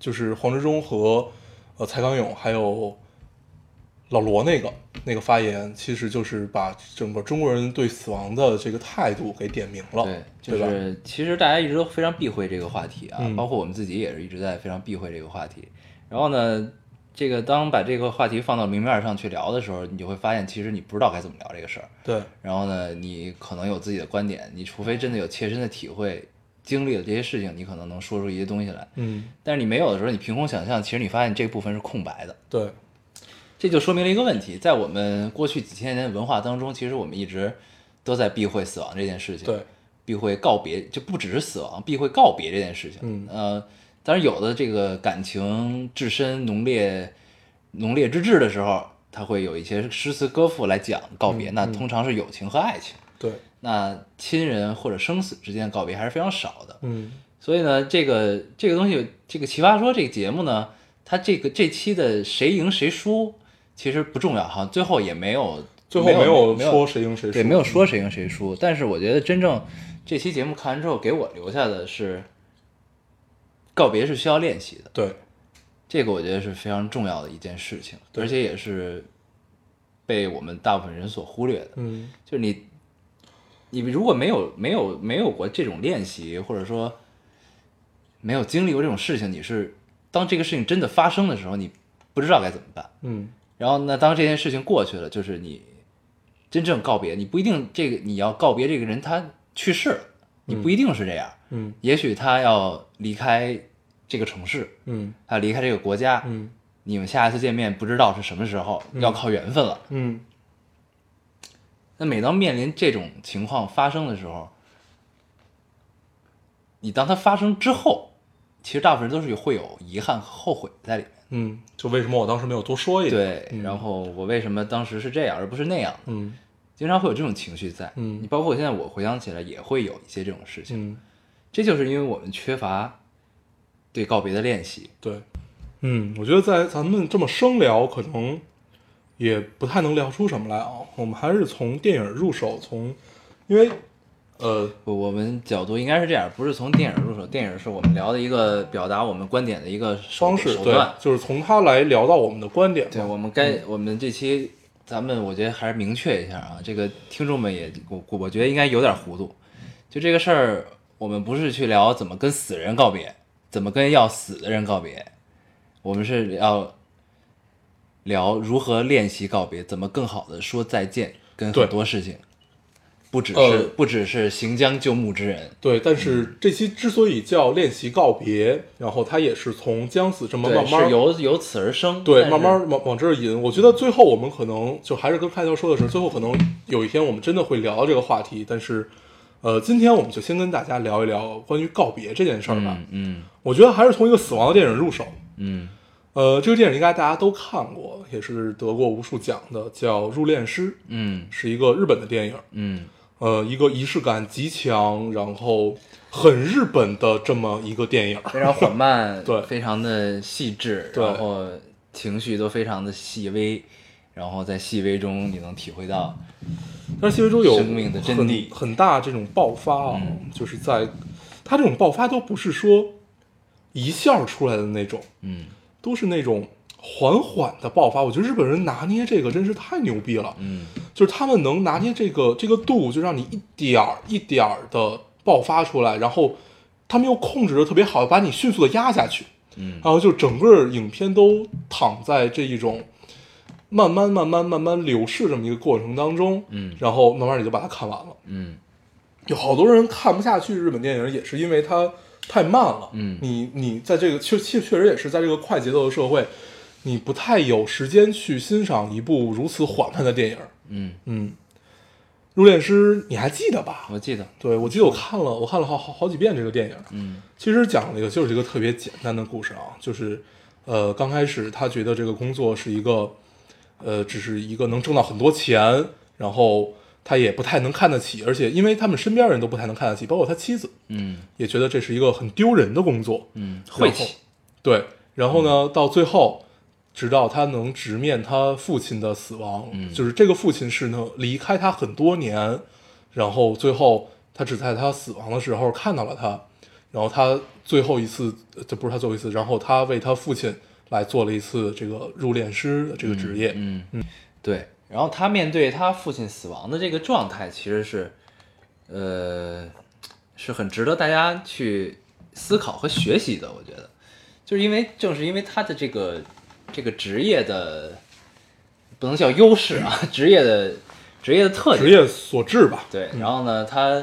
B: 就是黄志忠和呃蔡康永还有老罗那个那个发言，其实就是把整个中国人对死亡的这个态度给点明了，
A: 对就
B: 对，
A: 是其实大家一直都非常避讳这个话题啊，
B: 嗯
A: 包括我们自己也是一直在非常避讳这个话题。然后呢，这个当把这个话题放到明面上去聊的时候，你就会发现，其实你不知道该怎么聊这个事儿。
B: 吧？对，
A: 然后呢，你可能有自己的观点，你除非真的有切身的体会，经历了这些事情，你可能能说出一些东西来。
B: 嗯，
A: 但是你没有的时候，你凭空想象，其实你发现这部分是空白的。
B: 对，
A: 这就说明了一个问题，在我们过去几千年的文化当中，其实我们一直都在避讳死亡这件事情。
B: 对，
A: 避讳告别，就不只是死亡，避讳告别这件事情。
B: 嗯
A: 呃，当然有的这个感情至深浓烈、浓烈之至的时候，它会有一些诗词歌赋来讲告
B: 嗯
A: 别，那通常是友情和爱情。
B: 对，
A: 那亲人或者生死之间的告别还是非常少的，
B: 嗯，
A: 所以呢，这个这个东西，这个《奇葩说》这个节目呢，它这个这期的谁赢谁输其实不重要哈，最后也没有
B: 最后
A: 没有
B: 没有说谁赢谁输，嗯
A: 对，没有说谁赢谁输。但是我觉得真正这期节目看完之后，给我留下的是告别是需要练习的，
B: 对，
A: 这个我觉得是非常重要的一件事情，
B: 对
A: 而且也是被我们大部分人所忽略的。
B: 嗯，
A: 就是你，你如果没有没有没有过这种练习，或者说没有经历过这种事情，你是当这个事情真的发生的时候，你不知道该怎么办。
B: 嗯，
A: 然后呢，当这件事情过去了，就是你真正告别，你不一定这个你要告别这个人他去世了，你不一定是这样，
B: 嗯，
A: 也许他要离开这个城市，
B: 嗯，
A: 他要离开这个国家，
B: 嗯，
A: 你们下一次见面不知道是什么时候，要靠缘分了。
B: 嗯，
A: 那每当面临这种情况发生的时候，你当它发生之后，其实大部分人都是有会有遗憾和后悔在里面。
B: 嗯，就为什么我当时没有多说一点？
A: 对，然后我为什么当时是这样而不是那样？
B: 嗯，
A: 经常会有这种情绪在。
B: 嗯
A: 你包括现在我回想起来也会有一些这种事情，
B: 嗯，
A: 这就是因为我们缺乏对告别的练习。
B: 对，嗯，我觉得在咱们这么生聊，可能也不太能聊出什么来啊。我们还是从电影入手，从因为呃，
A: 我我们角度应该是这样，不是从电影入手，电影是我们聊的一个表达我们观点的一个手
B: 方式
A: 手
B: 对
A: 段，。
B: 就是从它来聊到我们的观点
A: 对，
B: 嘛。
A: 我们该、我们这期咱们我觉得还是明确一下啊，这个听众们也我我觉得应该有点糊涂，就这个事儿，我们不是去聊怎么跟死人告别，怎么跟要死的人告别，我们是要聊如何练习告别，怎么更好的说再见，跟
B: 对
A: 很多事情。不只是、
B: 呃
A: 不只是行将就木之人，
B: 对，但是这期之所以叫练习告别，然后它也是从将死这么
A: 对，
B: 慢慢
A: 是由由此而生，
B: 对，
A: 但是
B: 慢慢往往这儿引。我觉得最后我们可能就还是跟开头说的是，最后可能有一天我们真的会聊到这个话题，但是，呃，今天我们就先跟大家聊一聊关于告别这件事儿吧。
A: 嗯嗯
B: 我觉得还是从一个死亡的电影入手。
A: 嗯，
B: 呃，这个电影应该大家都看过，也是得过无数奖的，叫《入殓师》，
A: 嗯
B: 是一个日本的电影。
A: 嗯，
B: 呃，一个仪式感极强，然后很日本的这么一个电影。
A: 非常缓慢，
B: <laughs> 对
A: 非常的细致，
B: 对
A: 然后情绪都非常的细微，然后在细微中你能体会到，
B: 但是细微州有
A: 生命的真谛嗯
B: 很很大这种爆发啊，就是在它这种爆发都不是说一下儿出来的那种，
A: 嗯
B: 都是那种缓缓的爆发。我觉得日本人拿捏这个真是太牛逼了，
A: 嗯
B: 就是他们能拿捏这个这个度，就让你一点儿一点儿的爆发出来，然后他们又控制的特别好，把你迅速的压下去，嗯，然后就整个影片都躺在这一种慢慢慢慢慢慢流逝这么一个过程当中，
A: 嗯
B: 然后慢慢你就把它看完了。
A: 嗯
B: 有好多人看不下去日本电影，也是因为它太慢了。
A: 嗯
B: 你你在这个确确确实也是在这个快节奏的社会，你不太有时间去欣赏一部如此缓慢的电影。
A: 嗯，
B: 嗯，《入殓师》你还记得吧？
A: 我记得，
B: 对，我记得我看了，我看了好好好几遍这个电影。
A: 嗯
B: 其实讲了一个就是一个特别简单的故事啊，就是呃刚开始他觉得这个工作是一个呃只是一个能挣到很多钱，然后他也不太能看得起，而且因为他们身边人都不太能看得起，包括他妻子
A: 嗯
B: 也觉得这是一个很丢人的工作，
A: 嗯，
B: 然
A: 晦
B: 后
A: 气，
B: 对，然后呢到最后。直到他能直面他父亲的死亡，
A: 嗯
B: 就是这个父亲是呢离开他很多年，然后最后他只在他死亡的时候看到了他，然后他最后一次，呃这不是他最后一次，然后他为他父亲来做了一次这个入殓师的这个职业，
A: 嗯嗯，对。然后他面对他父亲死亡的这个状态，其实是，呃，是很值得大家去思考和学习的。我觉得，就是因为正是因为他的这个这个职业的，不能叫优势啊， <laughs> 职业的职业的特点，
B: 职业所致吧，
A: 对。然后呢，他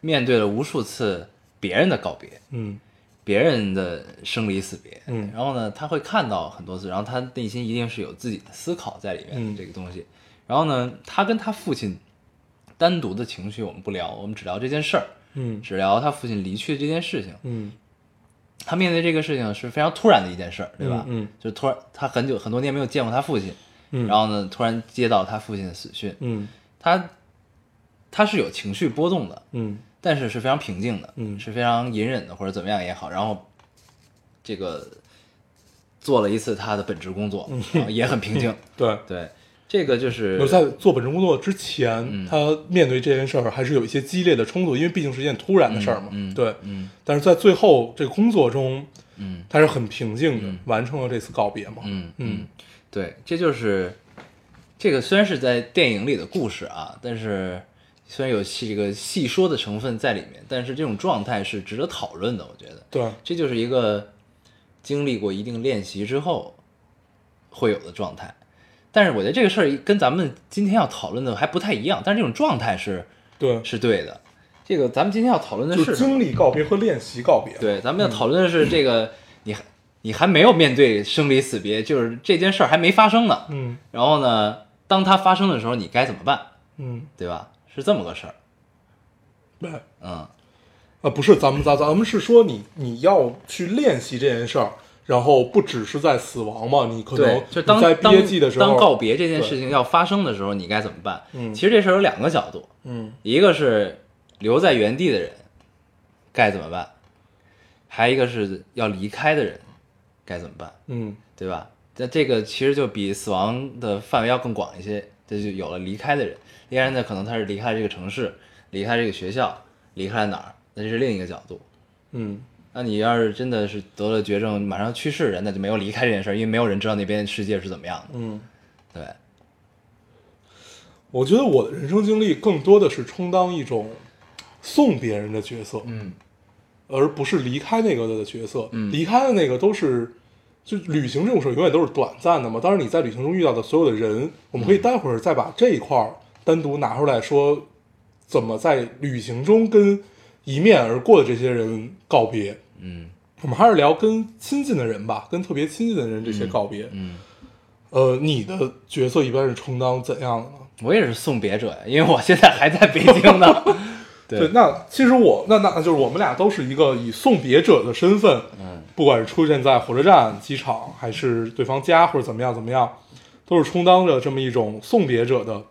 A: 面对了无数次别人的告别，
B: 嗯
A: 别人的生离死别，
B: 嗯
A: 然后呢，他会看到很多次，然后他内心一定是有自己的思考在里面的、
B: 嗯
A: 这个东西。然后呢，他跟他父亲单独的情绪我们不聊，我们只聊这件事儿，
B: 嗯
A: 只聊他父亲离去这件事情。
B: 嗯
A: 他面对这个事情是非常突然的一件事儿，对吧？
B: 嗯嗯
A: 就突然他很久很多年没有见过他父亲，
B: 嗯
A: 然后呢，突然接到他父亲的死讯，
B: 嗯
A: 他他是有情绪波动的，
B: 嗯
A: 但是是非常平静的，
B: 嗯
A: 是非常隐忍的，或者怎么样也好。然后这个做了一次他的本职工作，然后也很平静。
B: 对。
A: 对，这个就是
B: 那在做本职工作之前，
A: 嗯
B: 他面对这件事儿还是有一些激烈的冲突，因为毕竟是一件突然的事儿嘛。
A: 嗯嗯
B: 对，
A: 嗯
B: 但是在最后这个工作中，
A: 嗯
B: 他是很平静的、
A: 嗯
B: 完成了这次告别嘛。
A: 嗯
B: 嗯
A: 嗯，对，这就是这个虽然是在电影里的故事啊，但是虽然有戏这个戏说的成分在里面，但是这种状态是值得讨论的，我觉得。
B: 对，
A: 这就是一个经历过一定练习之后会有的状态。但是我觉得这个事儿跟咱们今天要讨论的还不太一样，但是这种状态是
B: 对，
A: 是对的。这个咱们今天要讨论的
B: 就是是
A: 什么
B: 经历告别和练习告别。，
A: 对，咱们要讨论的是这个、你还你还没有面对生离死别，就是这件事儿还没发生呢。
B: 嗯
A: 然后呢，当它发生的时候，你该怎么办，
B: 嗯，
A: 对吧？是这么个事儿。
B: 对。
A: 嗯，
B: 啊，不是，咱们咱咱们是说你你要去练习这件事儿，然后不只是在死亡嘛，你可能
A: 对，就当
B: 你在毕业
A: 当
B: 季的时候，
A: 当告别这件
B: 对
A: 事情要发生的时候，你该怎么办？
B: 嗯
A: 其实这事儿有两个角度，
B: 嗯
A: 一个是留在原地的人该怎么办，还有一个是要离开的人该怎么办，
B: 嗯
A: 对吧？那这个其实就比死亡的范围要更广一些，这就有了离开的人。离开人呢，可能他是离开了这个城市，离开这个学校，离开了哪儿，那这是另一个角度。
B: 嗯，
A: 那你要是真的是得了绝症，马上去世人，那就没有离开这件事儿，因为没有人知道那边世界是怎么样的。
B: 嗯，
A: 对，
B: 我觉得我的人生经历更多的是充当一种送别人的角色，
A: 嗯
B: 而不是离开那个的角色。
A: 嗯
B: 离开的那个都是，就旅行这种事儿永远都是短暂的嘛。当然你在旅行中遇到的所有的人，我们可以待会儿再把这一块儿单独拿出来说，怎么在旅行中跟一面而过的这些人告别。
A: 嗯
B: 我们还是聊跟亲近的人吧，跟特别亲近的人这些告别。
A: 嗯，
B: 呃，你的角色一般是充当怎样的呢？
A: 我也是送别者呀，因为我现在还在北京呢。对
B: 那其实我那那就是我们俩都是一个以送别者的身份，
A: 嗯，
B: 不管是出现在火车站、机场，还是对方家或者怎么样怎么样，都是充当着这么一种送别者的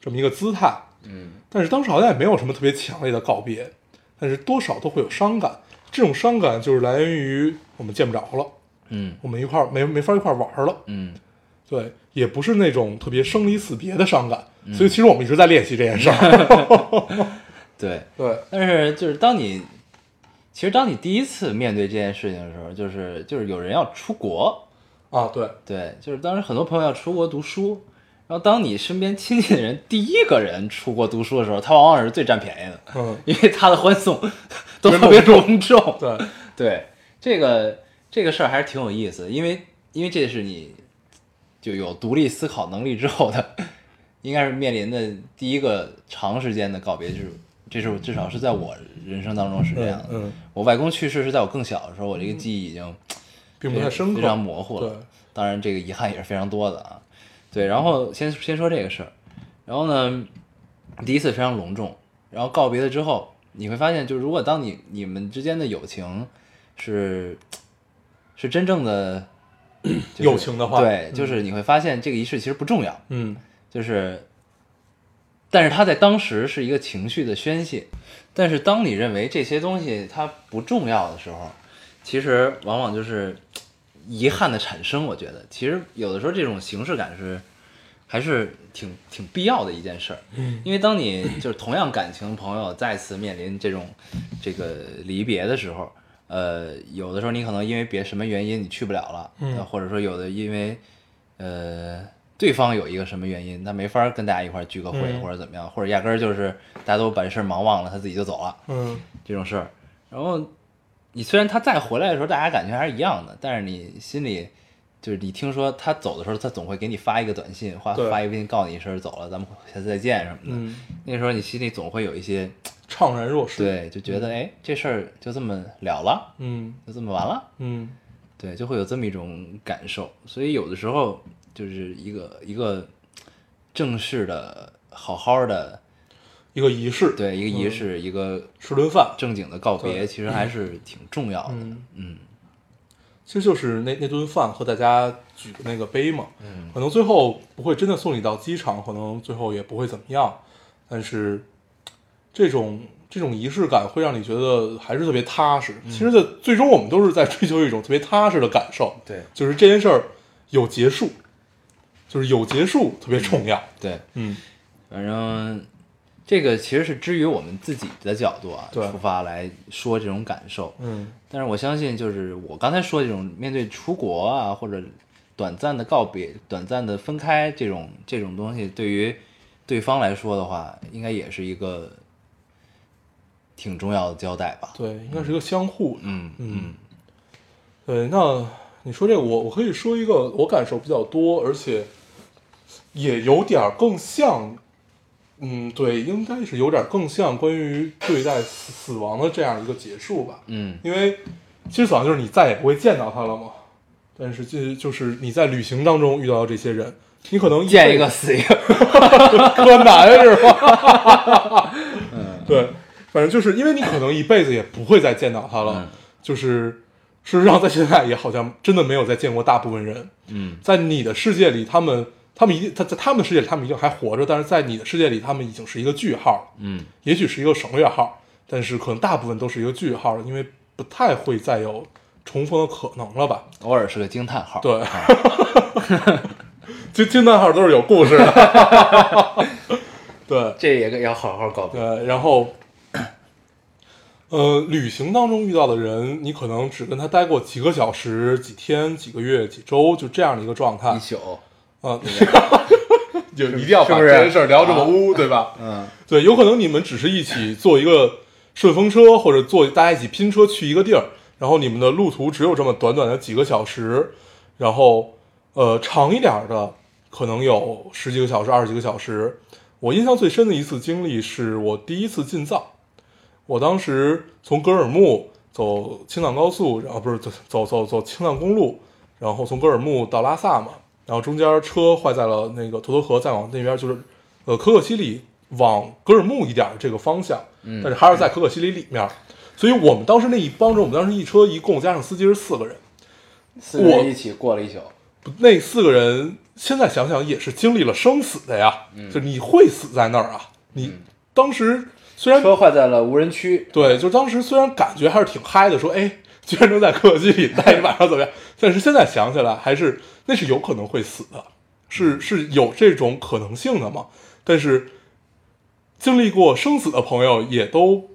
B: 这么一个姿态。
A: 嗯，
B: 但是当时好像也没有什么特别强烈的告别，但是多少都会有伤感。这种伤感就是来源于我们见不着了，
A: 嗯
B: 我们一块儿没没法一块儿玩儿了，
A: 嗯，
B: 对，也不是那种特别生离死别的伤感。
A: 嗯
B: 所以其实我们一直在练习这件事
A: <laughs>
B: 儿。
A: 对。
B: 对，
A: 但是就是当你，其实当你第一次面对这件事情的时候，就是就是有人要出国，
B: 啊，对，
A: 对，就是当时很多朋友要出国读书，然后当你身边亲近的人第一个人出国读书的时候，他往往是最占便宜的，
B: 嗯，
A: 因为他的欢送都特别隆重。
B: 对，
A: 对，这个这个事儿还是挺有意思的，因为因为这是你就有独立思考能力之后的， <laughs> 应该是面临的第一个长时间的告别，就是这是至少是在我人生当中是这样的。
B: 嗯嗯
A: 我外公去世是在我更小的时候，我这个记忆已经
B: 并不太深刻，
A: 非常模糊
B: 对
A: 了。当然，这个遗憾也是非常多的啊。对，然后先先说这个事儿，然后呢，第一次非常隆重，然后告别了之后，你会发现，就是如果当你你们之间的友情是是真正的、就是
B: 友情的话
A: 对，
B: 嗯
A: 就是你会发现这个仪式其实不重要，
B: 嗯，
A: 就是，但是它在当时是一个情绪的宣泄，但是当你认为这些东西它不重要的时候，其实往往就是嘖遗憾的产生。我觉得，其实有的时候这种形式感是还是挺挺必要的一件事儿，因为当你就是同样感情朋友再次面临这种这个离别的时候。呃，有的时候你可能因为别什么原因你去不了了，
B: 嗯
A: 呃或者说有的因为呃，对方有一个什么原因，他没法儿跟大家一块儿聚个会、
B: 嗯
A: 或者怎么样，或者压根儿就是大家都把这事儿忙忘了，他自己就走了
B: 嗯，
A: 这种事儿。然后你虽然他再回来的时候，大家感觉还是一样的，但是你心里就是你听说他走的时候，他总会给你发一个短信，发
B: 对
A: 发一个微信告诉你一声走了，咱们下次再见什么的。
B: 嗯
A: 那时候你心里总会有一些
B: 怅然若失，，
A: 对，就觉得哎，这事儿就这么了了，
B: 嗯
A: 就这么完了。
B: 嗯
A: 对，就会有这么一种感受。所以有的时候就是一个一个正式的、好好的，
B: 一个仪式，，
A: 对一个仪式、一个
B: 吃顿饭，
A: 正经的告别，
B: 对
A: 其实还是挺重要的。
B: 嗯
A: 嗯
B: 其实就是那那顿饭和大家举的那个杯嘛，嗯，可能最后不会真的送你到机场，可能最后也不会怎么样，但是这种这种仪式感会让你觉得还是特别踏实。
A: 嗯
B: 其实在最终我们都是在追求一种特别踏实的感受，
A: 对
B: 就是这件事儿有结束，就是有结束特别重要。
A: 对，
B: 嗯
A: 反正这个其实是基于我们自己的角度啊
B: 对
A: 出发来说这种感受。
B: 嗯
A: 但是我相信，就是我刚才说这种面对出国啊，或者短暂的告别、短暂的分开这种这种东西，对于对方来说的话，应该也是一个挺重要的交代吧。
B: 对，应该是一个相互的。
A: 嗯
B: 嗯，对，那你说这个，我我可以说一个我感受比较多，而且也有点儿更像，嗯，对，应该是有点儿更像关于对待死死亡的这样一个结束吧。
A: 嗯
B: 因为其实死亡就是你再也不会见到他了嘛，但是这就是你在旅行当中遇到的这些人，你可能
A: 嗯，
B: 一
A: 见
B: 辈
A: 一个
B: 子
A: 死一个。
B: 柯南是吧？ <laughs> 对，反正就是因为你可能一辈子也不会再见到他了，
A: 嗯
B: 就是事实上在现在也好像真的没有再见过大部分人，
A: 嗯，
B: 在你的世界里，他们他们一定他在他们的世界里他们一定还活着，但是在你的世界里他们已经是一个句号了，
A: 嗯，
B: 也许是一个省略号，但是可能大部分都是一个句号了，因为不太会再有重逢的可能了吧？
A: 偶尔是个惊叹号。
B: 对
A: 啊
B: <laughs> 这惊叹号都是有故事的，对。
A: <laughs> 这也要好好告别。
B: 对，然后，呃，旅行当中遇到的人，你可能只跟他待过几个小时、几天、几个月、几周，就这样的一个状态
A: 一。宿。
B: 啊，就一定要把
A: 是不
B: 这
A: 是
B: 件事儿聊这么污，对吧？
A: 嗯，
B: 对，有可能你们只是一起坐一个顺风车，或者坐大家一起拼车去一个地儿，然后你们的路途只有这么短短的几个小时，然后呃长一点儿的可能有十几个小时、二十几个小时。我印象最深的一次经历是我第一次进藏，我当时从格尔木走青藏高速，然后不是走走走走青藏公路，然后从格尔木到拉萨嘛，然后中间车坏在了那个沱沱河，再往那边就是呃可可西里往格尔木一点儿这个方向，但是还是在可可西里里面儿。所以我们当时那一帮中，我们当时一车一共加上司机是四个人，
A: 四个
B: 我
A: 人一起过了一宿。
B: 那四个人现在想想也是经历了生死的呀，就你会死在那儿啊。你当时虽然
A: 车坏在了无人区。
B: 对，就当时虽然感觉还是挺嗨的，说哎，居然能在可可西里待一晚上怎么样？但是现在想起来，还是那是有可能会死的，是是有这种可能性的嘛？但是经历过生死的朋友，也都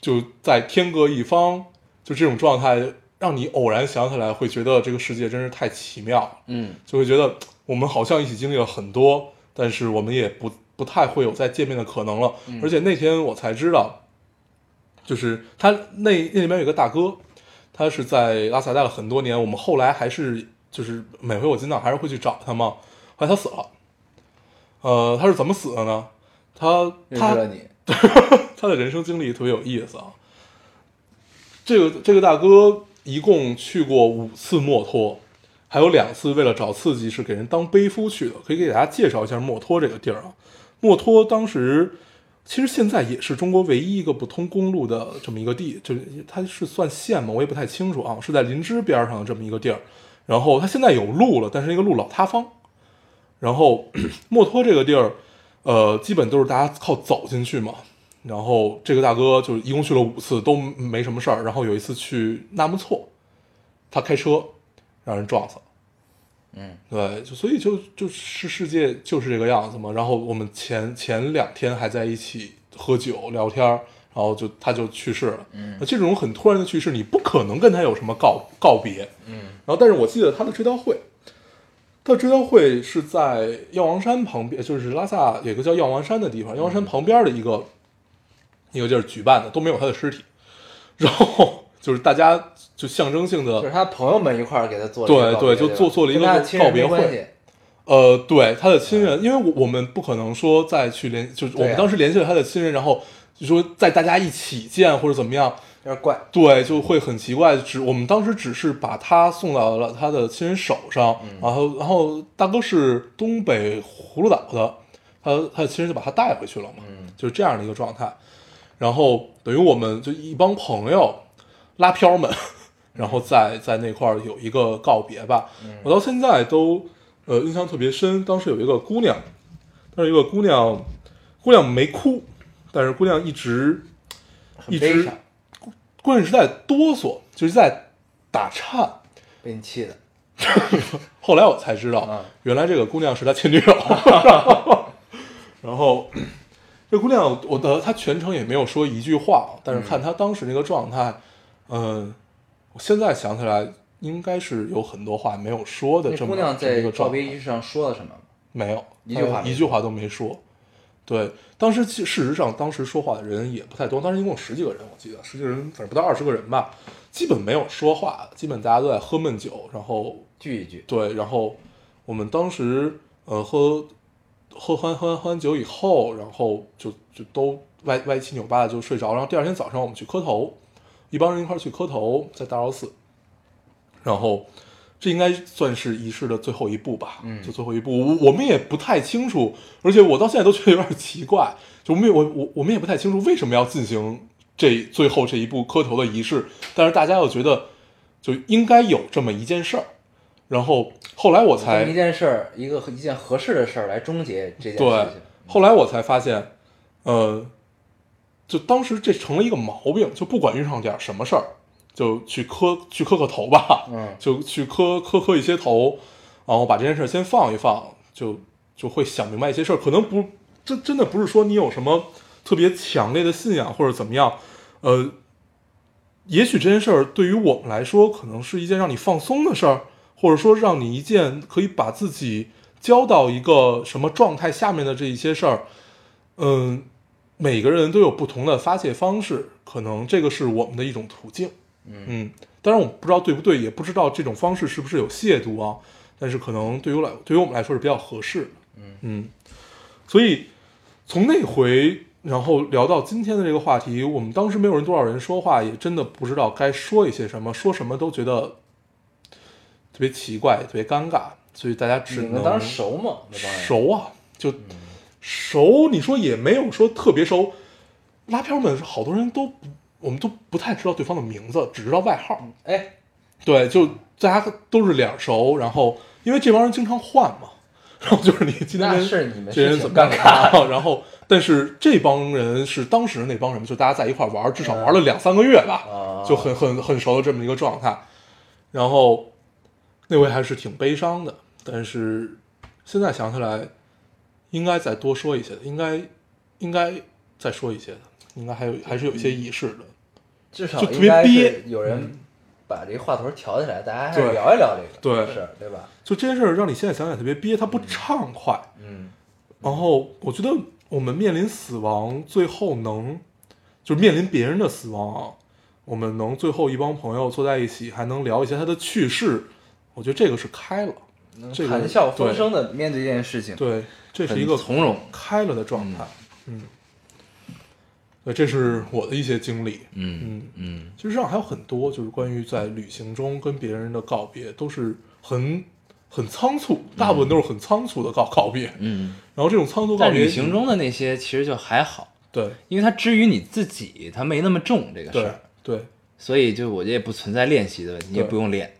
B: 就在天各一方，就这种状态，让你偶然想起来，会觉得这个世界真是太奇妙了。
A: 嗯
B: 就会觉得我们好像一起经历了很多，但是我们也不不太会有再见面的可能了。而且那天我才知道，就是他那那里面有个大哥，他是在拉萨待了很多年，我们后来还是就是每回我进藏还是会去找他嘛。后来他死了，呃，他是怎么死的呢？他
A: 认识
B: 他
A: 了你，
B: <laughs> 他的人生经历特别有意思啊。这个这个大哥一共去过五次墨脱，还有两次为了找刺激是给人当背夫去的。可以给大家介绍一下墨脱这个地儿啊。墨脱当时其实现在也是中国唯一一个不通公路的这么一个地，就是它是算县吗？我也不太清楚啊，是在林芝边上的这么一个地儿。然后它现在有路了，但是那个路老塌方。然后 <clears throat> 墨脱这个地儿，呃，基本都是大家靠走进去嘛。然后这个大哥就是一共去了五次都没什么事儿，然后有一次去纳木错，他开车让人撞死了。
A: 嗯，
B: 对，就所以就就是世界就是这个样子嘛。然后我们前前两天还在一起喝酒聊天儿，然后就他就去世了。嗯，这种很突然的去世，你不可能跟他有什么告告别。嗯，然后但是我记得他的追悼会，他的追悼会是在药王山旁边，就是拉萨有一个叫药王山的地方，药王山旁边的一个、一个地儿举办的，都没有他的尸体。然后就是大家就象征性的
A: 就是他朋友们一块儿给他做了
B: 对
A: 一个告别
B: 对
A: 对
B: 就
A: 吧
B: 做做了一个
A: 跟他亲人
B: 告别
A: 没关
B: 会
A: 系
B: 呃，对，他的亲人，因为我我们不可能说再去联，就是我
A: 对
B: 们
A: 啊
B: 当时联系了他的亲人，然后就说在大家一起见或者怎么样，
A: 有点怪，
B: 对，就会很奇怪。只我们当时只是把他送到了他的亲人手上，
A: 嗯
B: 然后然后大哥是东北葫芦岛的，他他的亲人就把他带回去了嘛，
A: 嗯
B: 就是这样的一个状态。然后等于我们就一帮朋友拉飘们， <laughs> 然后在在那块儿有一个告别吧。
A: 嗯
B: 我到现在都呃印象特别深，当时有一个姑娘，当时有一个姑娘，姑娘没哭，但是姑娘一直
A: 很
B: 一
A: 悲
B: 直
A: 伤，
B: 关键是在哆嗦，就是在打颤。
A: 被你气的，
B: 后来我才知道
A: 嗯，
B: 原来这个姑娘是他前女友。
A: <laughs>
B: 然后，这姑娘，我的她全程也没有说一句话，但是看她当时那个状态，嗯、我现在想起来，应该是有很多话没有说的
A: 那
B: 这么
A: 姑娘
B: 这么
A: 在
B: 一个
A: 告
B: 状
A: 别
B: 态。
A: 仪式上说了什么吗？
B: 没有
A: 一句话
B: 呃
A: 没
B: 一句话都没说。对，当时其事实上，当时说话的人也不太多，当时一共十几个人，我记得十几个人，反正不到二十个人吧，基本没有说话，基本大家都在喝闷酒，然后
A: 聚一聚，
B: 对，然后我们当时呃喝喝喝完喝完喝完酒以后，然后就就都歪歪七扭八的就睡着，然后第二天早上我们去磕头，一帮人一块儿去磕头，在大昭寺，然后这应该算是仪式的最后一步吧，
A: 嗯
B: 就最后一步，我我们也不太清楚，而且我到现在都觉得有点奇怪，就我们也我我我们也不太清楚为什么要进行这最后这一步磕头的仪式，但是大家又觉得就应该有这么一件事儿，然后后来我才
A: 用一件事儿，一个一件合适的事儿来终结这件
B: 对
A: 事情。，
B: 后来我才发现，呃，就当时这成了一个毛病，就不管遇上点儿什么事儿，就去磕去磕个头吧，
A: 嗯
B: 就去磕磕磕一些头，然后把这件事儿先放一放，就就会想明白一些事儿。可能不，真真的不是说你有什么特别强烈的信仰或者怎么样，呃，也许这件事儿对于我们来说，可能是一件让你放松的事儿，或者说让你一件可以把自己交到一个什么状态下面的这一些事儿，嗯，每个人都有不同的发泄方式，可能这个是我们的一种途径。嗯，当然我不知道对不对，也不知道这种方式是不是有亵渎啊，但是可能对于我来，对于我们来说是比较合适的。嗯所以从那回，然后聊到今天的这个话题，我们当时没有人多少人说话，也真的不知道该说一些什么，说什么都觉得特别奇怪，特别尴尬，所以大家只
A: 你
B: 能
A: 们当时熟吗？那帮人
B: 熟啊，就熟，你说也没有说特别熟。拉票们好多人都不，我们都不太知道对方的名字，只知道外号。
A: 哎，
B: 对，就大家都是脸熟，然后因为这帮人经常换嘛，然后就是你今天
A: 那
B: 跟
A: 是你们
B: 这人
A: 是
B: 怎
A: 挺
B: 么样
A: 尴尬的。
B: <laughs> 然后但是这帮人是当时那帮人，就大家在一块玩，至少玩了两三个月吧，
A: 啊
B: 就很很很熟的这么一个状态。然后那回还是挺悲伤的，但是现在想起来，应该再多说一些的，应该应该再说一些的，应该还有还是有一些仪式的。
A: 至少
B: 就特别
A: 应该
B: 憋
A: 是有人
C: 把这个话头挑起来，大家还
B: 对
C: 是聊一聊这个，
B: 对
C: 是，对吧？
B: 就这件事儿让你现在想想特别憋，它不畅快。
C: 嗯，
B: 然后我觉得我们面临死亡，最后能就是面临别人的死亡啊，我们能最后一帮朋友坐在一起，还能聊一些他的趣事，我觉得这个是开了，这个
C: 谈笑风生的面对这件事情，
B: 对，这是一
A: 很
B: 个
A: 从容
B: 开了的状态，嗯，对，这是我的一些经历，
A: 嗯
B: 嗯，
A: 嗯
B: 其实上还有很多，就是关于在旅行中跟别人的告别，都是很很仓促，大部分都是很仓促的告告别，
A: 嗯。
B: 然后这种仓促告
A: 但
B: 别，
A: 旅行中的那些其实就还好，
B: 对
A: 因为它之于你自己，它没那么重这个事
B: 对
A: 儿，
B: 对，
A: 所以就我觉得也不存在练习的问题，你也
B: 对
A: 不用练，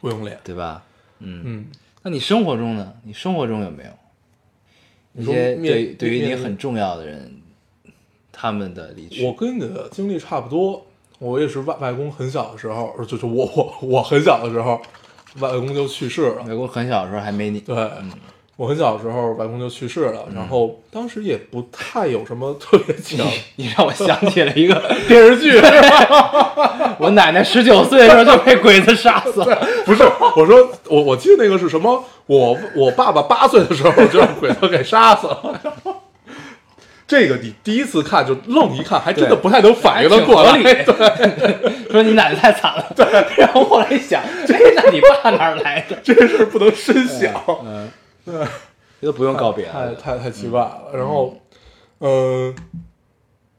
B: 不用脸，
A: 对吧？嗯，
B: 嗯。
A: 那你生活中呢？你生活中有没有一
B: 你说
A: 些
B: 面
A: 对对于你
B: 面
A: 很重要的人，他们的离去？
B: 我跟你的经历差不多，我也是外外公很小的时候，就是我我我很小的时候，外公就去世了。
A: 外公很小的时候还没你，
B: 对，我很小的时候，外公就去世
A: 嗯
B: 了，然后当时也不太有什么特别强。
A: 你让我想起了一个，
B: <laughs> 电视剧
A: <laughs> 我奶奶十九岁的时候就被鬼子杀死了。
B: <laughs> 不是我说，我我记得那个是什么？我我爸爸八岁的时候就让鬼子给杀死了。然后这个你第一次看就愣一看，还真的
A: 对
B: 不太能反应得过来。
A: 还
B: <laughs>
A: 挺合 <laughs> 说你奶奶太惨了，对。然后后来一想，哎，那你爸哪儿来的？
B: 这事儿不能深想。
A: 嗯，
B: 对。
A: 这都不用告别
B: 太
A: 了。
B: 太太奇怪了。然后，嗯、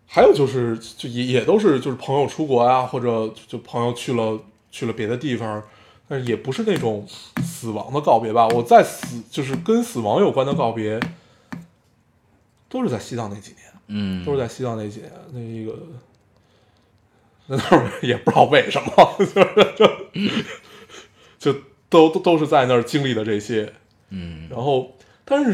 B: 还有就是，就也也都是就是朋友出国啊，或者就朋友去了去了别的地方，但是也不是那种死亡的告别吧。我在死就是跟死亡有关的告别，都是在西藏那几年，
A: 嗯，
B: 都是在西藏那几年那个。那那会儿也不知道为什么， <laughs> 就是就就都都都是在那儿经历的这些，
A: 嗯
B: 然后，但是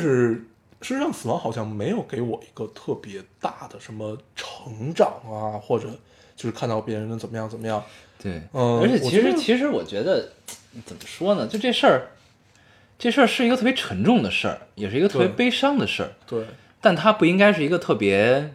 B: 事实上，死亡好像没有给我一个特别大的什么成长啊，或者就是看到别人的怎么样怎么样。
A: 对，
B: 嗯
A: 而且其
B: 我觉
A: 实
B: 得
A: 其实我觉得怎么说呢，就这事儿，这事儿是一个特别沉重的事儿，也是一个特别
B: 对
A: 悲伤的事儿，
B: 对，
A: 但它不应该是一个特别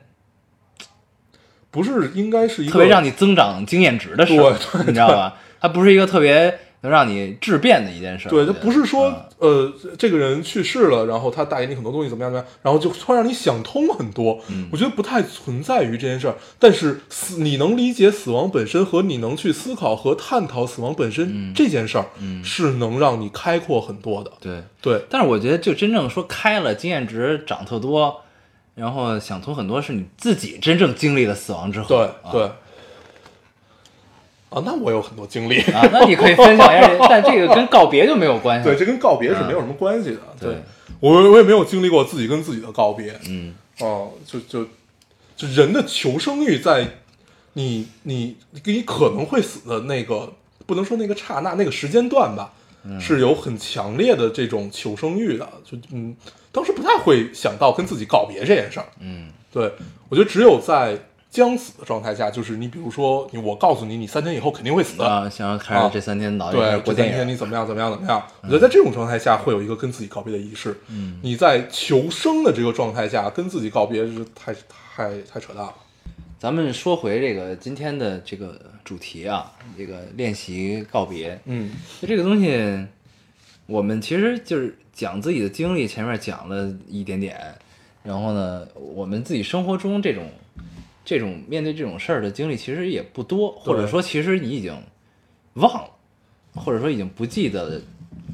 B: 不是应该是一个
A: 特别让你增长经验值的事儿， <laughs> 你知道吧？它不是一个特别能让你质变的一件事儿。
B: 对，
A: 我
B: 他
A: 觉得
B: 不是说、
A: 嗯
B: 呃这个人去世了，然后他带给你很多东西怎么样怎么样，然后就突然让你想通很多。
A: 嗯
B: 我觉得不太存在于这件事儿，但是死你能理解死亡本身和你能去思考和探讨死亡本
A: 嗯
B: 身、这件事儿，是能让你开阔很多的。
A: 对，
B: 对，
A: 但是我觉得就真正说开了，经验值涨特多，然后想通很多是你自己真正经历了死亡之后。
B: 对
A: 啊
B: 对。啊，那我有很多经
A: <laughs>
B: 历。
A: 啊，那你可以分享一下，
B: <laughs>
A: 但这个跟告别就没有关系了。
B: 对，这跟告别是没有什么关系的。
A: 嗯对
B: 我我也没有经历过自己跟自己的告别。
A: 嗯，
B: 哦、就就就人的求生欲在你你你可能会死的那个，不能说那个刹那那个时间段吧，
A: 嗯
B: 是有很强烈的这种求生欲的。就嗯，当时不太会想到跟自己告别这件事儿。
A: 嗯，
B: 对，我觉得只有在将死的状态下，就是你比如说你我告诉你，你三天以后肯定会死。
A: 啊，想要开始这三天脑袋开
B: 啊对
A: 始，过
B: 哎这三
A: 电
B: 天
A: 影，
B: 你怎么样怎么样怎么样？我觉得在这种状态下会有一个跟自己告别的仪式。嗯，你在求生的这个状态下跟自己告别是太太太扯淡了。
A: 咱们说回这个今天的这个主题啊，这个练习告别，
B: 嗯，
A: 就这个东西，我们其实就是讲自己的经历，前面讲了一点点，然后呢，我们自己生活中这种这种面对这种事儿的经历其实也不多，或者说其实你已经忘了，或者说已经不记得了，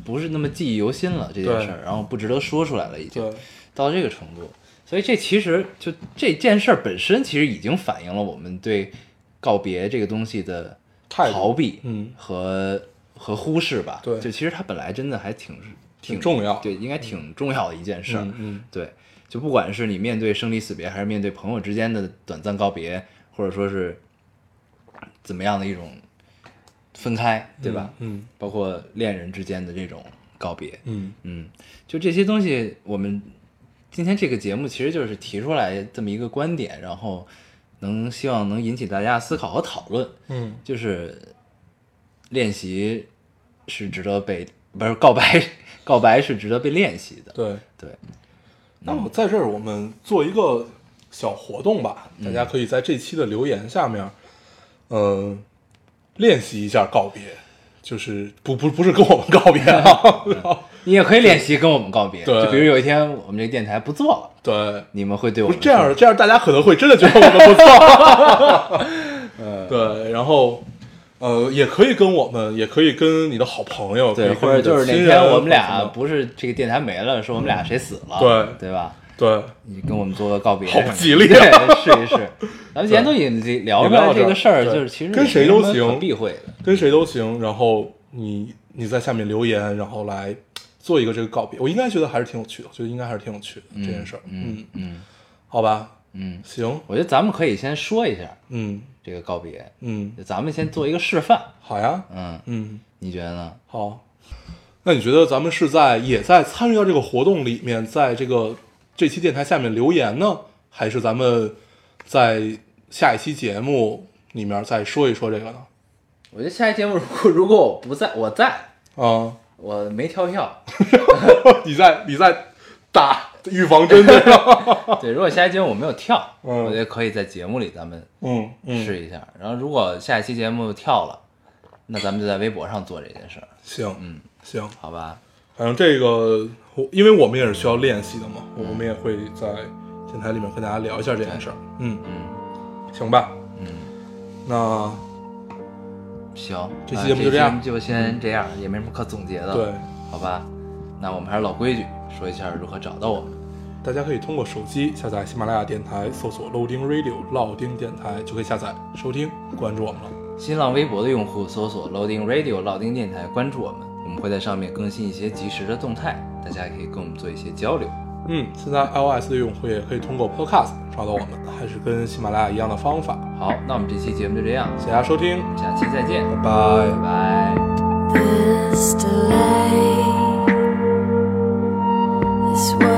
A: 不是那么记忆犹新了这件
B: 对
A: 事儿，然后不值得说出来了，已经
B: 对
A: 到这个程度，所以这其实就这件事儿本身其实已经反映了我们对告别这个东西的
B: 态度
A: 逃避，
B: 嗯
A: 和和忽视吧。
B: 对
A: 就其实它本来真的还挺
B: 挺重要
A: 对，应该挺重要的一件事儿。
B: 嗯嗯
A: 对，就不管是你面对生离死别，还是面对朋友之间的短暂告别，或者说是怎么样的一种分开，对吧？
B: 嗯
A: 包括恋人之间的这种告别，
B: 嗯，
A: 嗯，就这些东西，我们今天这个节目其实就是提出来这么一个观点，然后能希望能引起大家思考和讨论。
B: 嗯，
A: 就是练习是值得被，不是告白， <laughs> 告白是值得被练习的。
B: 对。
A: 对，
B: 那么在这儿我们做一个嗯小活动吧，大家可以在这期的留言下面，呃，练习一下告别，就是不不不是跟我们告别啊，然后
A: 你也可以练习跟我们告别。
B: 对
A: 就比如有一天我们这个电台不做了，
B: <laughs> 对，
A: 你们会对我
B: 不是
A: 们
B: 这样
A: 说
B: 的，这样大家可能会真的觉得我们不错。 <laughs> 对，然后呃，也可以跟我们，也可以跟你的好朋友，
A: 对，
B: 可以跟
A: 或者
B: 你的
A: 就是哪
B: 亲
A: 天
B: 人
A: 我们俩
B: 或者什么嗯
A: 不是这个电台没了，说我们俩谁死了，
B: 对
A: 对吧？
B: 对，
A: 你跟我们做个告别，
B: 好不吉利啊
A: 对，试一
B: <laughs>
A: 试。咱们既然都已经聊出
B: 也聊
A: 来
B: 到这儿
A: 这个事儿，
B: 对
A: 就是其实
B: 跟谁都行
A: 也没什么可避讳的。
B: 跟谁都行。然后你你在下面留言，然后来做一个这个告别。我应该觉得还是挺有趣的，我觉得应该还是挺有趣的、这件事儿。嗯
A: 嗯
B: 好吧，
A: 嗯，
B: 行，
A: 我觉得咱们可以先说一下
B: 嗯
A: 这个告别，
B: 嗯，
A: 咱们先做一个示范。
B: 好呀，
A: 嗯，
B: 嗯
A: 你觉得呢？
B: 好。那你觉得咱们是在也在参与到这个活动里面，在这个这期电台下面留言呢，还是咱们在下一期节目里面再说一说这个呢？
C: 我觉得下一节目如果如果我不在，我在，
B: 啊、 <laughs>
C: 我没跳票。
B: 你在你在打预防针对吧？
A: 对，如果下一节目我没有跳，
B: 嗯
A: 我觉得可以在节目里咱们
B: <laughs> 嗯嗯，
A: 试一下。然后如果下一期节目跳了，那咱们就在微博上做这件事儿，
B: 行，
A: 嗯，
B: 行，
A: 好吧？
B: 反正这个，我因为我们也是需要练习的嘛，我们也会在电台里面跟大家聊一下这件事儿。嗯，
A: 嗯，
B: 行吧，嗯，那
A: 行，
B: 这期
A: 那
B: 节目就这样
A: 期就先这样，也没什么可总结的，
B: 对，，
A: 好吧？那我们还是老规矩，说一下如何找到我们。
B: 大家可以通过手机下载喜马拉雅电台，搜索 Loading Radio 老丁电台就可以下载收听，关注我们了。
A: 新浪微博的用户搜索 Loading Radio 老丁电台，关注我们，我们会在上面更新一些及时的动态，大家也可以跟我们做一些交流。
B: 嗯，现在 iOS 的用户也可以通过 Podcast 找到我们，还是跟喜马拉雅一样的方法。
A: 好，那我们这期节目就这样，
B: 谢谢大家收听，
A: 下期再见，
B: 拜拜
A: 拜。拜。
D: This delay is what